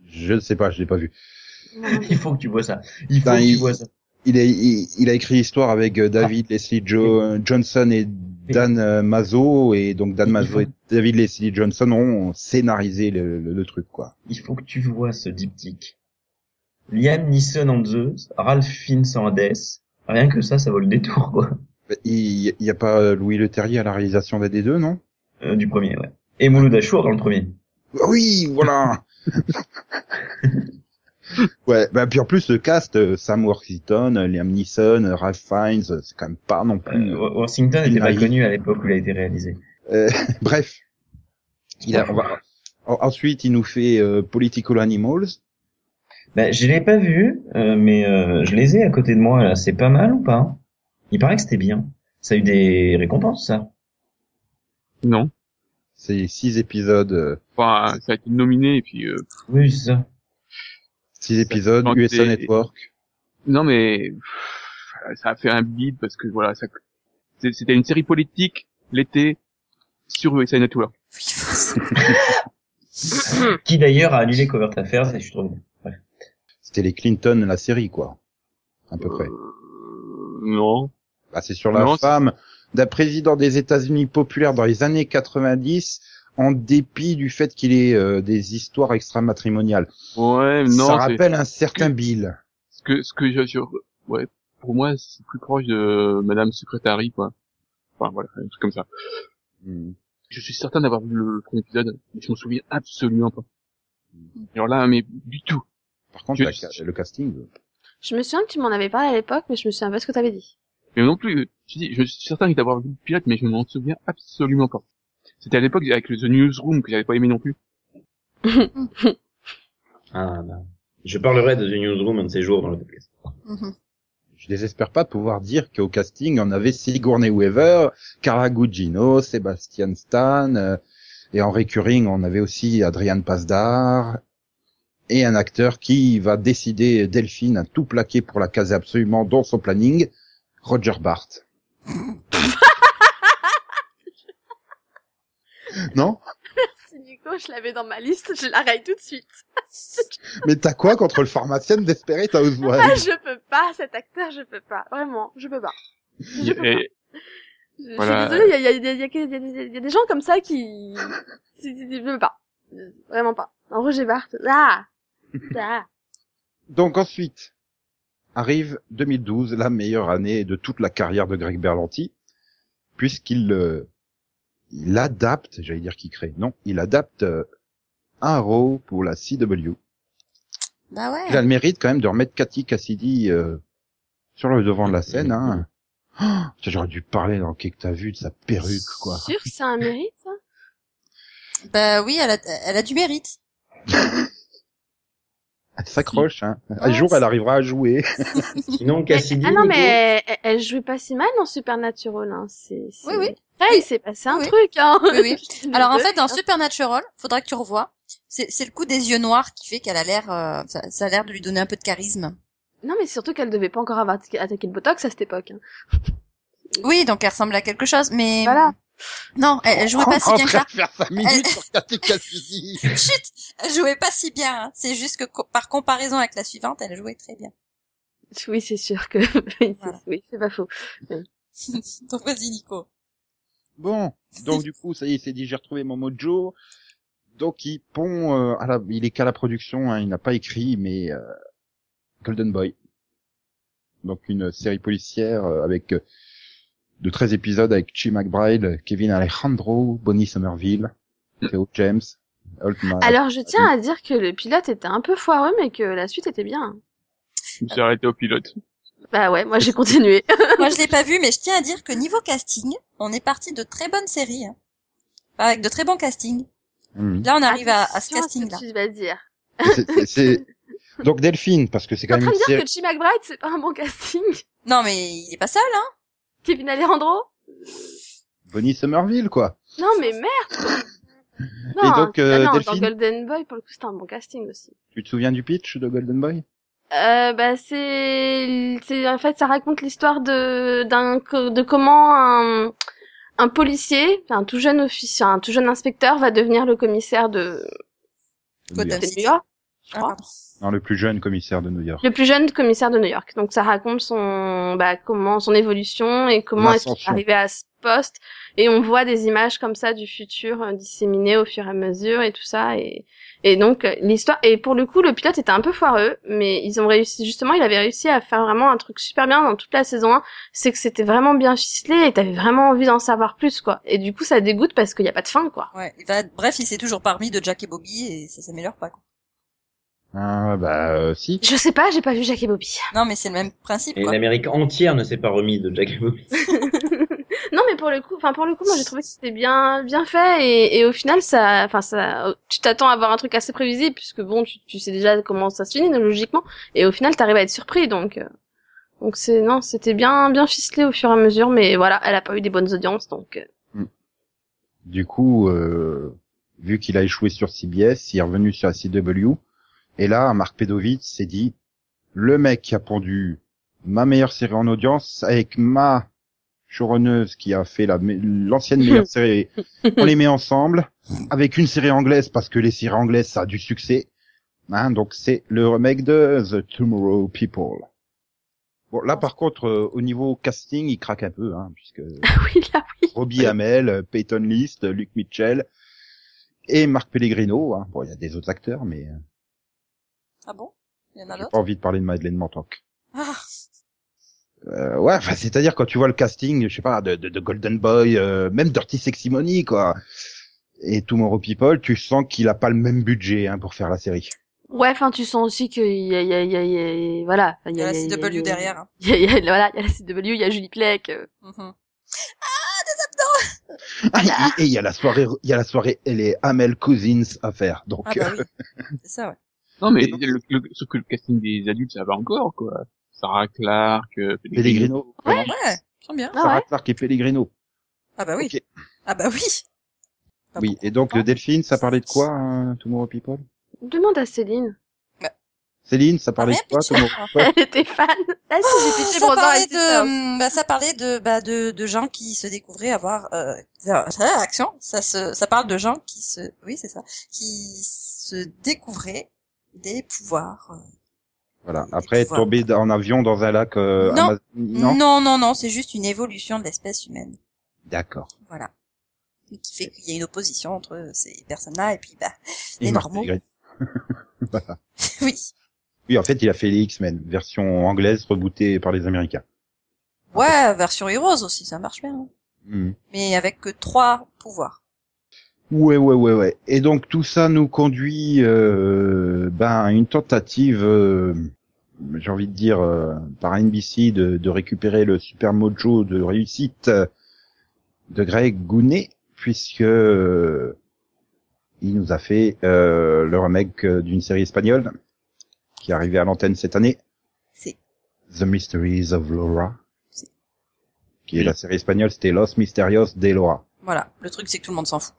[SPEAKER 1] Je ne sais pas, je l'ai pas vu.
[SPEAKER 4] Il faut que tu vois ça. Il faut
[SPEAKER 1] Putain,
[SPEAKER 4] que tu
[SPEAKER 1] il-
[SPEAKER 4] vois ça.
[SPEAKER 1] Il, est, il, il a écrit l'histoire avec euh, David Leslie Jo- euh, Johnson et Dan euh, Mazo et donc Dan
[SPEAKER 4] Il-
[SPEAKER 1] Mazo
[SPEAKER 4] il
[SPEAKER 1] et David Leslie Johnson ont scénarisé le, le- le truc quoi.
[SPEAKER 4] Il faut que tu vois ce diptyque. Liam Neeson en Zeus, Ralph Fiennes en Hades. Rien que ça, ça vaut le détour, quoi.
[SPEAKER 1] Il n'y a pas euh, Louis Leterrier à la réalisation des deux non
[SPEAKER 4] Euh, du premier, ouais. Et Mouloud Achour dans le premier.
[SPEAKER 1] Ah Oui voilà. ouais bah puis en plus le cast euh, Sam Worthington, euh, Liam Neeson, euh, Ralph Fiennes euh, c'est quand même pas non plus.
[SPEAKER 4] Euh, Washington
[SPEAKER 1] Il
[SPEAKER 4] n'était pas
[SPEAKER 1] arrive.
[SPEAKER 4] connu à l'époque où il a été réalisé.
[SPEAKER 1] Euh, bref. Il a- on va- en- Ensuite il nous fait euh, Political Animals.
[SPEAKER 4] Bah, je l'ai pas vu, euh, mais euh, je les ai à côté de moi. là. C'est pas mal ou pas hein Il paraît que c'était bien. Ça a eu des récompenses, ça.
[SPEAKER 5] Non.
[SPEAKER 1] C'est six épisodes, euh,
[SPEAKER 5] Enfin, ça a été nominé et puis. euh,
[SPEAKER 4] Oui, c'est ça.
[SPEAKER 1] six épisodes,
[SPEAKER 5] manque
[SPEAKER 1] USA
[SPEAKER 5] des-
[SPEAKER 1] Network.
[SPEAKER 5] Non mais pff, ça a fait un bide parce que voilà, ça c'est- c'était une série politique l'été sur USA Network.
[SPEAKER 2] Oui, forcément.
[SPEAKER 4] Qui d'ailleurs a annulé Covert Affairs, et je trouve.
[SPEAKER 1] C'était les Clinton, la série, quoi. À peu près.
[SPEAKER 5] Euh, non.
[SPEAKER 1] Bah, c'est sur la
[SPEAKER 5] non, c'est-
[SPEAKER 1] femme d'un président des États-Unis populaire dans les années 90, en dépit du fait qu'il ait euh, des histoires extramatrimoniales.
[SPEAKER 5] Ouais, non.
[SPEAKER 1] Ça
[SPEAKER 5] c'est-
[SPEAKER 1] rappelle un certain Bill.
[SPEAKER 5] ce que ce que je, je- ouais pour moi c'est plus proche de Madame Secretary quoi enfin voilà un truc comme ça
[SPEAKER 1] Mm.
[SPEAKER 5] je suis certain d'avoir vu le premier épisode mais je m'en souviens absolument pas
[SPEAKER 1] Mm.
[SPEAKER 5] alors là mais du tout
[SPEAKER 1] Par contre,
[SPEAKER 5] Tu-
[SPEAKER 1] la ca- le casting. euh,
[SPEAKER 3] Je me souviens que tu m'en avais parlé à l'époque, mais je me souviens pas ce que t'avais dit.
[SPEAKER 5] mais non plus je dis je suis certain d'avoir vu le pilote mais je m'en souviens absolument pas c'était à l'époque avec le The Newsroom que j'avais pas aimé non plus
[SPEAKER 4] Ah, bah. Je parlerai de The Newsroom un de ces jours dans le podcast.
[SPEAKER 2] Mhm.
[SPEAKER 1] Je désespère pas de pouvoir dire qu'au casting, on avait Sigourney Weaver, Cara Gugino, Sebastian Stan, euh, et en recurring, on avait aussi Adrian Pasdar, et un acteur qui va décider, Delphine, à tout plaquer pour la caser absolument dans son planning, Roger Bart. non
[SPEAKER 3] C'est du coup, je l'avais dans ma liste, je la raille tout de suite.
[SPEAKER 1] Mais t'as quoi contre le pharmacien de Desperate
[SPEAKER 3] Ah,
[SPEAKER 1] Housewives
[SPEAKER 3] je peux pas, cet acteur, je peux pas. Vraiment, je peux pas. Je peux pas.
[SPEAKER 5] et,
[SPEAKER 3] Je,
[SPEAKER 5] Voilà.
[SPEAKER 3] je suis désolée, il y a, il y, a, il y, a, il y, a, des- il y a des gens comme ça qui... qui- qui- Je peux pas. Euh, Vraiment pas. En Roger Barthes, ah Ah
[SPEAKER 1] Donc ensuite arrive 2012, la meilleure année de toute la carrière de Greg Berlanti, puisqu'il euh, il adapte, j'allais dire qu'il crée, non, il adapte euh, Arrow pour la CW.
[SPEAKER 2] Bah ouais.
[SPEAKER 1] Il a le mérite quand même de remettre Cathy Cassidy euh, sur le devant de la scène. Hein. Oh, putain, J'aurais dû parler dans Qu'est-ce que t'as vu de sa perruque, quoi.
[SPEAKER 3] Sûr que c'est un mérite, ça
[SPEAKER 2] Bah oui, elle a, elle a du mérite.
[SPEAKER 1] Elle s'accroche, hein. Un
[SPEAKER 2] Ouais,
[SPEAKER 1] jour,
[SPEAKER 2] c'est-
[SPEAKER 1] elle arrivera à jouer.
[SPEAKER 4] Sinon, Cassidy.
[SPEAKER 3] Ah non,
[SPEAKER 4] Nico
[SPEAKER 3] mais elle, elle jouait pas si mal dans Supernatural, hein. C'est, c'est-
[SPEAKER 2] Oui, oui.
[SPEAKER 3] Après, il s'est passé un
[SPEAKER 2] Oui.
[SPEAKER 3] truc, hein.
[SPEAKER 2] Oui, oui.
[SPEAKER 3] Je suis
[SPEAKER 2] Alors en
[SPEAKER 3] désolée,
[SPEAKER 2] fait, dans
[SPEAKER 3] hein.
[SPEAKER 2] Supernatural, faudra que tu revois. C'est c'est le coup des yeux noirs qui fait qu'elle a l'air, euh, ça, ça a l'air de lui donner un peu de charisme.
[SPEAKER 3] Non, mais surtout qu'elle devait pas encore avoir atta- attaqué le Botox à cette époque. hein.
[SPEAKER 2] Oui, donc elle ressemble à quelque chose, mais
[SPEAKER 3] Voilà.
[SPEAKER 2] non, elle, elle jouait pas si
[SPEAKER 1] en
[SPEAKER 2] bien que
[SPEAKER 1] train
[SPEAKER 2] ça.
[SPEAKER 1] de faire 5 minutes sur Cathy Cassidy.
[SPEAKER 2] Chut, elle jouait pas si bien. hein. C'est juste que co- par comparaison avec la suivante, elle jouait très bien.
[SPEAKER 3] Oui, c'est sûr que...
[SPEAKER 2] Voilà.
[SPEAKER 3] oui, c'est pas faux.
[SPEAKER 2] donc vas-y Nico.
[SPEAKER 1] Bon, donc du coup, ça y est, c'est dit, j'ai retrouvé mon mojo. Donc il pond, euh, à la- il est qu'à la production, hein, il n'a pas écrit, mais euh, Golden Boy. Donc une série policière euh, avec euh, de 13 épisodes avec Chi McBride, Kevin Alejandro, Bonnie Somerville, Theo James, Altman.
[SPEAKER 3] Mm. Alors, je tiens à dire que le pilote était un peu foireux, mais que la suite était bien.
[SPEAKER 5] je me suis arrêté au pilote
[SPEAKER 3] Bah ouais, moi j'ai continué.
[SPEAKER 2] Moi je l'ai pas vu, mais je tiens à dire que niveau casting, on est parti de très bonnes séries, hein. avec de très bons castings.
[SPEAKER 1] Mhm.
[SPEAKER 2] Là on arrive à, à ce
[SPEAKER 3] Attention ce
[SPEAKER 2] casting là.
[SPEAKER 3] que Tu vas dire.
[SPEAKER 1] C'est- c'est- c'est- Donc Delphine, parce que c'est
[SPEAKER 3] T'es
[SPEAKER 1] quand
[SPEAKER 3] en train
[SPEAKER 1] même une
[SPEAKER 3] de dire
[SPEAKER 1] série...
[SPEAKER 3] que Chi McBride c'est pas un bon casting.
[SPEAKER 2] Non mais il est pas seul, hein.
[SPEAKER 3] Kevin Alejandro
[SPEAKER 1] Bonnie Somerville, quoi.
[SPEAKER 3] Non mais merde. Non,
[SPEAKER 1] donc,
[SPEAKER 3] hein.
[SPEAKER 1] euh,
[SPEAKER 3] Ah non,
[SPEAKER 1] Delphine
[SPEAKER 3] dans Golden Boy pour le coup c'était un bon casting aussi.
[SPEAKER 1] Tu te souviens du pitch de Golden Boy
[SPEAKER 3] Euh, bah c'est c'est en fait ça raconte l'histoire de d'un co- de comment un un policier, un tout jeune officier, un tout jeune inspecteur va devenir le commissaire de
[SPEAKER 2] Golden
[SPEAKER 3] de
[SPEAKER 2] City.
[SPEAKER 3] New York, je
[SPEAKER 2] Ah,
[SPEAKER 3] crois.
[SPEAKER 2] pardon.
[SPEAKER 1] Non, le plus jeune commissaire de New York.
[SPEAKER 3] Le plus jeune commissaire de New York. Donc ça raconte son bah, comment son évolution et comment est-ce qu'il est
[SPEAKER 1] L'ascension.
[SPEAKER 3] arrivé à ce poste. Et on voit des images comme ça du futur euh, disséminées au fur et à mesure et tout ça. Et, et donc euh, l'histoire. Et pour le coup, le pilote était un peu foireux, mais ils ont réussi. Justement, il avait réussi à faire vraiment un truc super bien dans toute la saison 1. C'est que c'était vraiment bien ficelé et t'avais vraiment envie d'en savoir plus, quoi. Et du coup, ça dégoûte parce qu'il n'y a pas de fin, quoi.
[SPEAKER 2] Ouais. Et bah, bref, il s'est toujours parmi de Jack et Bobby et ça s'améliore pas. Quoi.
[SPEAKER 1] Ah, bah, euh, si.
[SPEAKER 3] Je sais pas, j'ai pas vu Jack et Bobby.
[SPEAKER 2] Non, mais c'est le même principe.
[SPEAKER 7] Et
[SPEAKER 2] Quoi.
[SPEAKER 7] l'Amérique entière ne s'est pas remise de Jack Bobby.
[SPEAKER 3] non mais pour le coup enfin pour le coup moi j'ai trouvé que c'était bien bien fait et, et au final ça enfin ça tu t'attends à avoir un truc assez prévisible puisque bon tu, tu sais déjà comment ça se finit donc, logiquement et au final t'arrives à être surpris donc euh, donc c'est non c'était bien bien ficelé au fur et à mesure mais voilà elle a pas eu des bonnes audiences donc euh,
[SPEAKER 1] Du coup, euh, vu qu'il a échoué sur CBS, il est revenu sur la CW. Et là, Marc Pedovic s'est dit, le mec qui a pondu ma meilleure série en audience avec ma showrunneuse qui a fait la me- l'ancienne meilleure série, on les met ensemble avec une série anglaise parce que les séries anglaises ça a du succès. Hein, donc c'est le remake de The Tomorrow People. Bon là par contre euh, au niveau casting il craque un peu hein, puisque
[SPEAKER 3] oui là
[SPEAKER 1] Robbie Hamel, euh, Peyton List, euh, Luke Mitchell et Marc Pellegrino. hein. Bon, il y a des autres acteurs, mais euh,
[SPEAKER 2] Ah bon Il y en a
[SPEAKER 1] j'ai
[SPEAKER 2] d'autres
[SPEAKER 1] pas envie de parler de Madeleine Mantoc.
[SPEAKER 2] Ah,
[SPEAKER 1] Euh, ouais, enfin, c'est-à-dire quand tu vois le casting, je sais pas, de, de, de Golden Boy, euh, même Dirty Sexy Money, quoi. Et Tomorrow People, tu sens qu'il a pas le même budget hein, pour faire la série.
[SPEAKER 3] ouais enfin tu sens aussi que il y a, il y a, il y a- il y a- voilà
[SPEAKER 2] Il y a la
[SPEAKER 3] il y a- il y a-
[SPEAKER 2] CW derrière. hein.
[SPEAKER 3] il y a- il y a- voilà il y a la CW il y a Julie Plec euh,
[SPEAKER 2] Mhm.
[SPEAKER 1] Ah,
[SPEAKER 2] bah.
[SPEAKER 1] et et il y a la soirée, il y a la soirée, elle est Hamel Cousins à faire. Donc,
[SPEAKER 2] Ah bah oui. c'est ça, ouais.
[SPEAKER 5] Non, mais
[SPEAKER 1] Et donc-
[SPEAKER 5] le, le, sauf que le casting des adultes, ça va encore, quoi. Sarah Clark, euh,
[SPEAKER 1] euh, Pellegrino,
[SPEAKER 2] Ouais, ils sont bien.
[SPEAKER 3] ah
[SPEAKER 1] Sarah
[SPEAKER 3] ouais
[SPEAKER 1] Clark et Pellegrino.
[SPEAKER 2] Ah bah oui.
[SPEAKER 1] Ok.
[SPEAKER 2] Ah bah oui. Bah,
[SPEAKER 1] Oui.
[SPEAKER 2] pourquoi
[SPEAKER 1] Et donc,
[SPEAKER 2] pas.
[SPEAKER 1] euh, Delphine, ça parlait de quoi, hein, Tomorrow People?
[SPEAKER 3] demande à Céline
[SPEAKER 1] Céline, ça parlait
[SPEAKER 2] Ah,
[SPEAKER 1] de quoi
[SPEAKER 2] merde,
[SPEAKER 1] Tomorrow People
[SPEAKER 3] elle était fan ah si j'étais chez
[SPEAKER 2] ça
[SPEAKER 3] Brother,
[SPEAKER 2] parlait
[SPEAKER 3] elle disait ça aussi.
[SPEAKER 2] Oh, de, bah, ça parlait de, bah, de, de gens qui se découvraient avoir, euh, ça, action, ça se, ça parle de gens qui se, oui, c'est ça, qui se découvraient des pouvoirs. euh.
[SPEAKER 1] Voilà. Après,
[SPEAKER 2] Voilà.
[SPEAKER 1] tomber d- en avion dans un lac. euh,
[SPEAKER 2] Non.
[SPEAKER 1] Amaz-
[SPEAKER 2] Non,
[SPEAKER 1] non.
[SPEAKER 2] non, non, non, c'est juste une évolution de l'espèce humaine.
[SPEAKER 1] D'accord.
[SPEAKER 2] Voilà. Et qui fait qu'il y a une opposition entre ces personnes-là et puis, bah,
[SPEAKER 1] Et
[SPEAKER 2] Les
[SPEAKER 1] Marc
[SPEAKER 2] normaux.
[SPEAKER 1] Pellegrino. Voilà.
[SPEAKER 2] oui.
[SPEAKER 1] Oui, en fait, il a fait les X-Men, version anglaise rebootée par les Américains.
[SPEAKER 2] Ouais, version Heroes aussi, ça marche bien. hein.
[SPEAKER 1] Hmm.
[SPEAKER 2] Mais avec que trois pouvoirs.
[SPEAKER 1] Ouais, ouais, ouais, ouais. Et donc tout ça nous conduit, euh, ben, à une tentative, euh, j'ai envie de dire, euh, par NBC de, de récupérer le super mojo de réussite euh, de Greg Gounet, puisque euh, il nous a fait euh, le remake euh, d'une série espagnole qui est arrivée à l'antenne cette année,
[SPEAKER 2] C'est,
[SPEAKER 1] The Mysteries of Laura,
[SPEAKER 2] Si.
[SPEAKER 1] qui est la série espagnole, c'était Los Misterios de Laura.
[SPEAKER 2] voilà. Le truc, c'est que tout le monde s'en fout.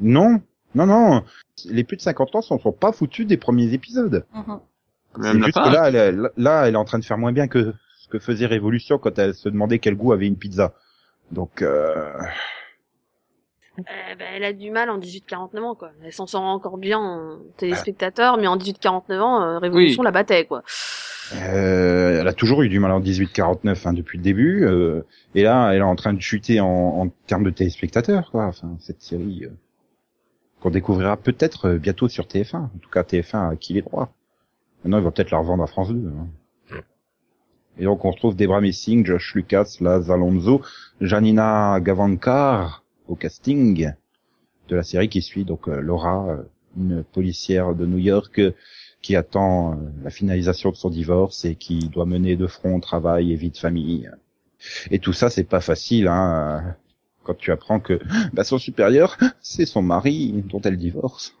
[SPEAKER 1] Non, non, non. Les plus de 50 ans s'en sont pas foutus des premiers épisodes.
[SPEAKER 2] Mhm.
[SPEAKER 1] C'est
[SPEAKER 5] Même la
[SPEAKER 1] juste
[SPEAKER 5] fin.
[SPEAKER 1] que là, elle, elle- là, elle est en train de faire moins bien que ce que faisait Révolution quand elle se demandait quel goût avait une pizza. Donc, euh,
[SPEAKER 3] Euh, bah, elle a du mal en 18-49 ans, quoi. Elle s'en sort encore bien en
[SPEAKER 2] Bah.
[SPEAKER 3] téléspectateur, mais en 18-49 ans, euh, Révolution
[SPEAKER 5] Oui.
[SPEAKER 3] la battait, quoi.
[SPEAKER 1] euh, elle a toujours eu du mal en 1849 hein, depuis le début. euh, et là, elle est en train de chuter en, en termes de téléspectateurs. Quoi. Enfin, cette série euh, qu'on découvrira peut-être euh, bientôt sur TF1. En tout cas, TF1 a qui les droits. Maintenant, ils vont peut-être la revendre à France 2. hein. Et donc, on retrouve Debra Messing, Josh Lucas, Laz Alonso, Janina Gavankar au casting de la série qui suit donc euh, Laura, euh, une policière de New York euh, qui attend euh, la finalisation de son divorce et qui doit mener de front travail et vie de famille. Et tout ça, c'est pas facile hein, euh, quand tu apprends que bah, son supérieur, c'est son mari dont elle divorce.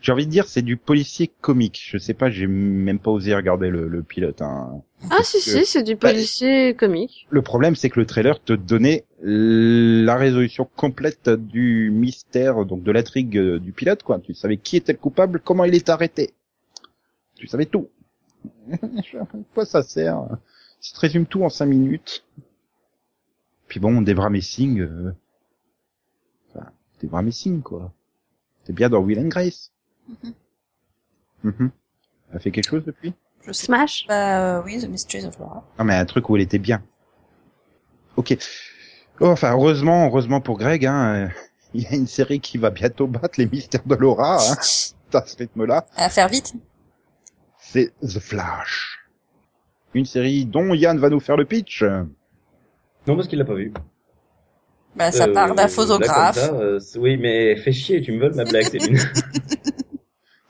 [SPEAKER 1] J'ai envie de dire, c'est du policier comique. Je sais pas, j'ai même pas osé regarder le, le pilote. Hein.
[SPEAKER 3] Ah, si, si, c'est du
[SPEAKER 2] bah,
[SPEAKER 3] policier comique.
[SPEAKER 1] Le problème, c'est que le trailer te donnait la résolution complète du mystère, donc de l'intrigue euh, du pilote, quoi. Tu savais qui était le coupable, comment il est arrêté. Tu savais tout. quoi ça sert Ça te résume tout en cinq minutes. Puis bon, Debra Messing, euh... enfin, Debra Messing, quoi. T'es bien dans Will and Grace.
[SPEAKER 2] Mhm.
[SPEAKER 1] Mhm. Elle a fait quelque chose depuis
[SPEAKER 2] Je sais
[SPEAKER 3] Smash
[SPEAKER 2] pas. euh, oui, The Mysteries of Laura.
[SPEAKER 1] Non, Ah, mais un truc où elle était bien. Ok. Oh, Enfin, heureusement, heureusement pour Greg, hein, euh, il y a une série qui va bientôt battre les mystères de Laura, hein, à ce rythme-là.
[SPEAKER 2] À faire vite.
[SPEAKER 1] C'est The Flash. Une série dont Yann va nous faire le pitch.
[SPEAKER 7] Non, parce qu'il l'a pas vu.
[SPEAKER 2] Bah, ça
[SPEAKER 7] Euh,
[SPEAKER 2] part d'un faux
[SPEAKER 7] là, comme
[SPEAKER 2] autographe.
[SPEAKER 7] ça, euh, c'est- oui, mais fais chier, tu me voles ma blague, Céline.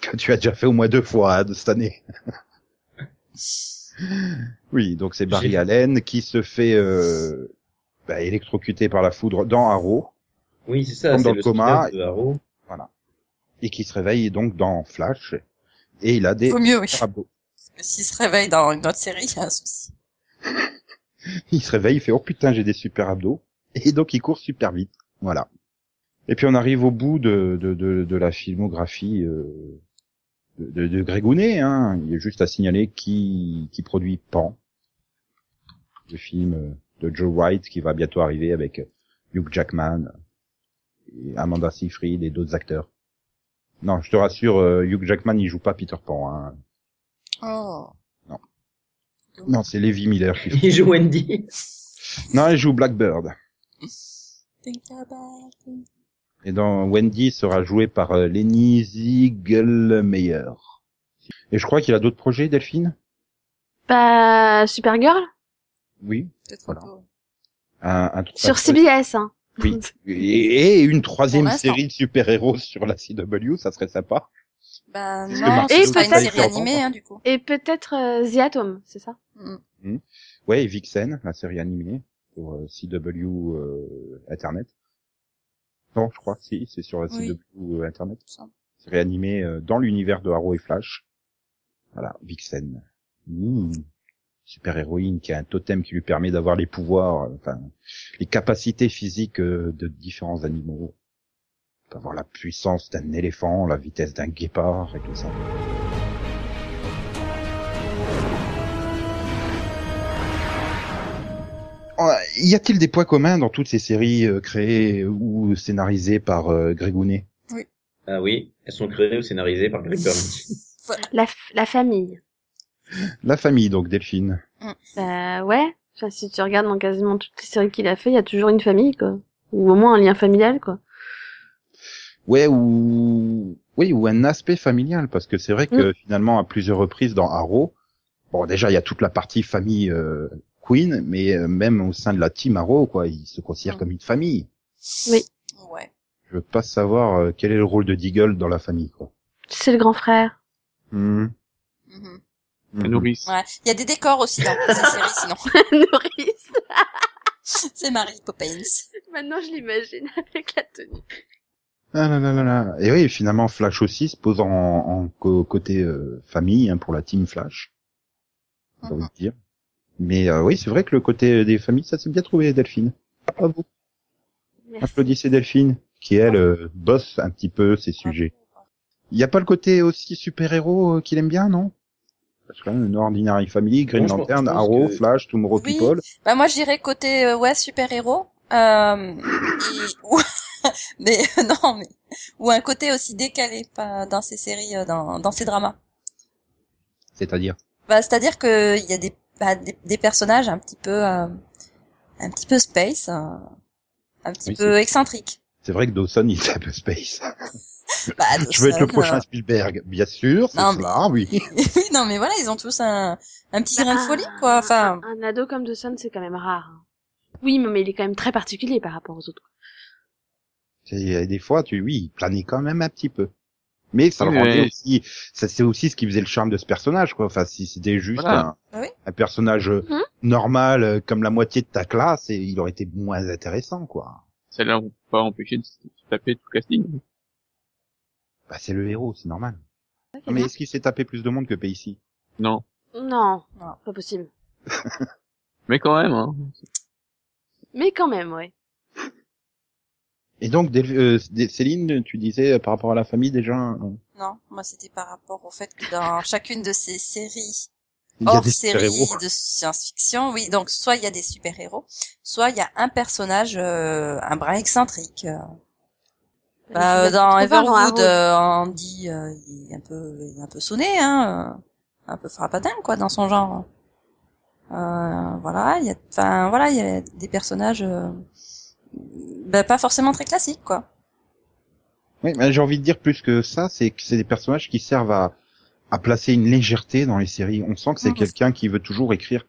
[SPEAKER 1] que tu as déjà fait au moins deux fois hein, de cette année. oui, donc c'est Barry
[SPEAKER 7] J'ai-
[SPEAKER 1] Allen qui se fait euh, bah, électrocuter par la foudre dans Arrow
[SPEAKER 7] oui, c'est ça,
[SPEAKER 1] Comme
[SPEAKER 7] c'est
[SPEAKER 1] dans le
[SPEAKER 7] le
[SPEAKER 1] coma.
[SPEAKER 7] spin-off de Arrow.
[SPEAKER 1] et qui se réveille donc dans Flash et il a des
[SPEAKER 2] Vaut mieux, oui.
[SPEAKER 1] rabots.
[SPEAKER 2] Parce que S'il se réveille dans une autre série, il y a un souci.
[SPEAKER 1] Il se réveille, il fait oh putain j'ai des super abdos et donc il court super vite. Voilà. Et puis on arrive au bout de de de, de la filmographie euh, de, de, de Grégounet. Hein. Il y a juste à signaler qui qui produit Pan, le film euh, de Joe White qui va bientôt arriver avec Hugh Jackman, et Amanda Seyfried et d'autres acteurs. Non, je te rassure, euh, Hugh Jackman il joue pas Peter Pan. Hein.
[SPEAKER 2] Oh.
[SPEAKER 1] Non, c'est Levi Miller qui joue.
[SPEAKER 7] Il joue Wendy.
[SPEAKER 1] Non, il joue Blackbird.
[SPEAKER 2] Think about it.
[SPEAKER 1] Et dans Wendy sera joué par euh, Lenny Ziegelmeyer. Et je crois qu'il a d'autres projets, Delphine
[SPEAKER 3] Bah, Supergirl
[SPEAKER 1] Oui.
[SPEAKER 2] C'est trop
[SPEAKER 1] Voilà.
[SPEAKER 2] tôt.
[SPEAKER 1] Un, un- un-
[SPEAKER 3] Sur CBS, hein.
[SPEAKER 1] Oui. Et, et une troisième
[SPEAKER 2] Pour l'instant.
[SPEAKER 1] série de super-héros sur la CW, ça serait sympa.
[SPEAKER 2] Bah,
[SPEAKER 1] Parce que
[SPEAKER 2] non,
[SPEAKER 1] Marc
[SPEAKER 2] ce
[SPEAKER 3] Zuckerberg
[SPEAKER 2] sera une
[SPEAKER 3] va
[SPEAKER 2] série
[SPEAKER 1] faire en France.
[SPEAKER 2] animée, hein, du coup.
[SPEAKER 3] Et peut-être euh, The Atom, c'est ça
[SPEAKER 2] Mm.
[SPEAKER 1] Ouais, et Vixen, la série animée pour euh, CW euh, Internet. Non, je crois, si, c'est sur la
[SPEAKER 2] Oui.
[SPEAKER 1] CW Internet.
[SPEAKER 2] Ça.
[SPEAKER 1] Série animée euh, dans l'univers de Arrow et Flash. Voilà, Vixen. Hmm. Super-héroïne qui a un totem qui lui permet d'avoir les pouvoirs, euh, enfin, les capacités physiques euh, de différents animaux. On peut avoir la puissance d'un éléphant, la vitesse d'un guépard et tout ça. Euh, Y a-t-il des points communs dans toutes ces séries euh, créées ou scénarisées par euh, Grégounet
[SPEAKER 7] Ah oui, elles sont créées ou scénarisées par Greg Berlanti.
[SPEAKER 3] la, f- la famille.
[SPEAKER 1] La famille, donc, Delphine.
[SPEAKER 3] Bah, ouais. Enfin, si tu regardes dans quasiment toutes les séries qu'il a fait, il y a toujours une famille, quoi. Ou au moins un lien familial, quoi.
[SPEAKER 1] Ouais, ou... Oui, ou un aspect familial, parce que c'est vrai que finalement, à plusieurs reprises dans Arrow, bon, déjà, il y a toute la partie famille euh, Queen, mais euh, même au sein de la team Arrow, quoi, ils se considèrent
[SPEAKER 2] Mm.
[SPEAKER 1] comme une famille.
[SPEAKER 2] Ouais.
[SPEAKER 1] Je veux pas savoir euh, quel est le rôle de Deagle dans la famille, quoi.
[SPEAKER 3] C'est le grand frère.
[SPEAKER 1] Mhm.
[SPEAKER 2] Mhm.
[SPEAKER 5] La
[SPEAKER 1] Mhm.
[SPEAKER 5] nourrice.
[SPEAKER 2] Ouais. Il y a des décors aussi dans cette série, sinon.
[SPEAKER 3] Norris.
[SPEAKER 2] C'est Mary Poppins.
[SPEAKER 3] Maintenant, je l'imagine avec la tenue.
[SPEAKER 1] Ah là là là là. Et oui, finalement, Flash aussi se pose en, en co- côté euh, famille hein, pour la team Flash, j'ai envie
[SPEAKER 2] Mhm.
[SPEAKER 1] de dire. Mais euh, oui, c'est vrai que le côté des familles, ça s'est bien trouvé, Delphine. Bravo.
[SPEAKER 3] Merci.
[SPEAKER 1] Applaudissez Delphine, qui elle euh, bosse un petit peu ces sujets. Il n'y a pas le côté aussi super-héros euh, qu'il aime bien, non Parce que quand même, une Ordinary Family, Green
[SPEAKER 7] Moi, je pense-
[SPEAKER 1] Lantern,
[SPEAKER 7] je pense
[SPEAKER 1] Arrow,
[SPEAKER 7] que-
[SPEAKER 1] Flash, Tomorrow
[SPEAKER 2] Oui.
[SPEAKER 1] People.
[SPEAKER 2] Bah, moi, je dirais côté, euh, ouais, super-héros. Euh, et- ou- mais, euh, non, mais, ou un côté aussi décalé, pas dans ces séries, euh, dans, dans ces dramas.
[SPEAKER 1] C'est-à-dire
[SPEAKER 2] Bah, c'est-à-dire que il y a des, bah, des, des personnages un petit peu, euh, un petit peu space, euh, un petit
[SPEAKER 1] Oui,
[SPEAKER 2] peu excentrique.
[SPEAKER 1] C'est vrai que Dawson, il est un peu space.
[SPEAKER 2] Bah,
[SPEAKER 1] Je veux être le
[SPEAKER 2] Dawson,
[SPEAKER 1] prochain
[SPEAKER 2] euh,
[SPEAKER 1] Spielberg, bien sûr, c'est
[SPEAKER 2] Non, mais-
[SPEAKER 1] cela, oui.
[SPEAKER 2] oui, non, mais voilà, ils ont tous un, un petit grain de
[SPEAKER 3] Ah,
[SPEAKER 2] folie, quoi. Enfin,
[SPEAKER 3] Un ado comme Dawson, c'est quand même rare. hein. Oui, mais il est quand même très particulier par rapport aux autres.
[SPEAKER 1] Et euh, des fois, tu, oui, il planait quand même un petit peu. Mais ça le
[SPEAKER 5] Oui,
[SPEAKER 1] rendait
[SPEAKER 5] mais-
[SPEAKER 1] aussi, ça c'est aussi ce qui faisait le charme de ce personnage, quoi. Enfin, si c'était juste
[SPEAKER 5] Voilà.
[SPEAKER 2] Ah oui.
[SPEAKER 1] un, un personnage euh,
[SPEAKER 3] Mhm.
[SPEAKER 1] normal, euh, comme la moitié de ta classe, et il aurait été moins intéressant, quoi.
[SPEAKER 5] Celle-là, on peut pas empêcher de se taper tout le casting.
[SPEAKER 1] Bah, c'est le héros, c'est normal.
[SPEAKER 3] c'est
[SPEAKER 1] mais
[SPEAKER 3] bien.
[SPEAKER 1] est-ce qu'il s'est tapé plus de monde que Pacey
[SPEAKER 5] Non.
[SPEAKER 3] Non,
[SPEAKER 2] Non.
[SPEAKER 3] pas possible.
[SPEAKER 5] Mais quand même, hein.
[SPEAKER 3] Mais quand même, ouais.
[SPEAKER 1] Et donc, Del- euh, Del- Céline, tu disais euh, par rapport à la famille déjà, euh,
[SPEAKER 2] non, moi, c'était par rapport au fait que dans chacune de ces séries,
[SPEAKER 1] il y a
[SPEAKER 2] hors
[SPEAKER 1] des
[SPEAKER 2] série
[SPEAKER 1] super-héros.
[SPEAKER 2] de science-fiction, oui. Donc soit il y a des super-héros, soit il y a un personnage, euh, un brin excentrique. euh. Bah, euh, dans
[SPEAKER 3] Trouve un
[SPEAKER 2] Everwood,
[SPEAKER 3] Arrow.
[SPEAKER 2] euh, Andy, euh, il est un peu, il est un peu sonné, hein. euh. un peu frappadin quoi dans son genre. Euh, voilà, il y a, enfin voilà, il y a des personnages euh, ben, pas forcément très classiques quoi.
[SPEAKER 1] Oui, mais j'ai envie de dire plus que ça, c'est que c'est des personnages qui servent à, à placer une légèreté dans les séries. On sent que c'est
[SPEAKER 2] Mhm.
[SPEAKER 1] quelqu'un qui veut toujours écrire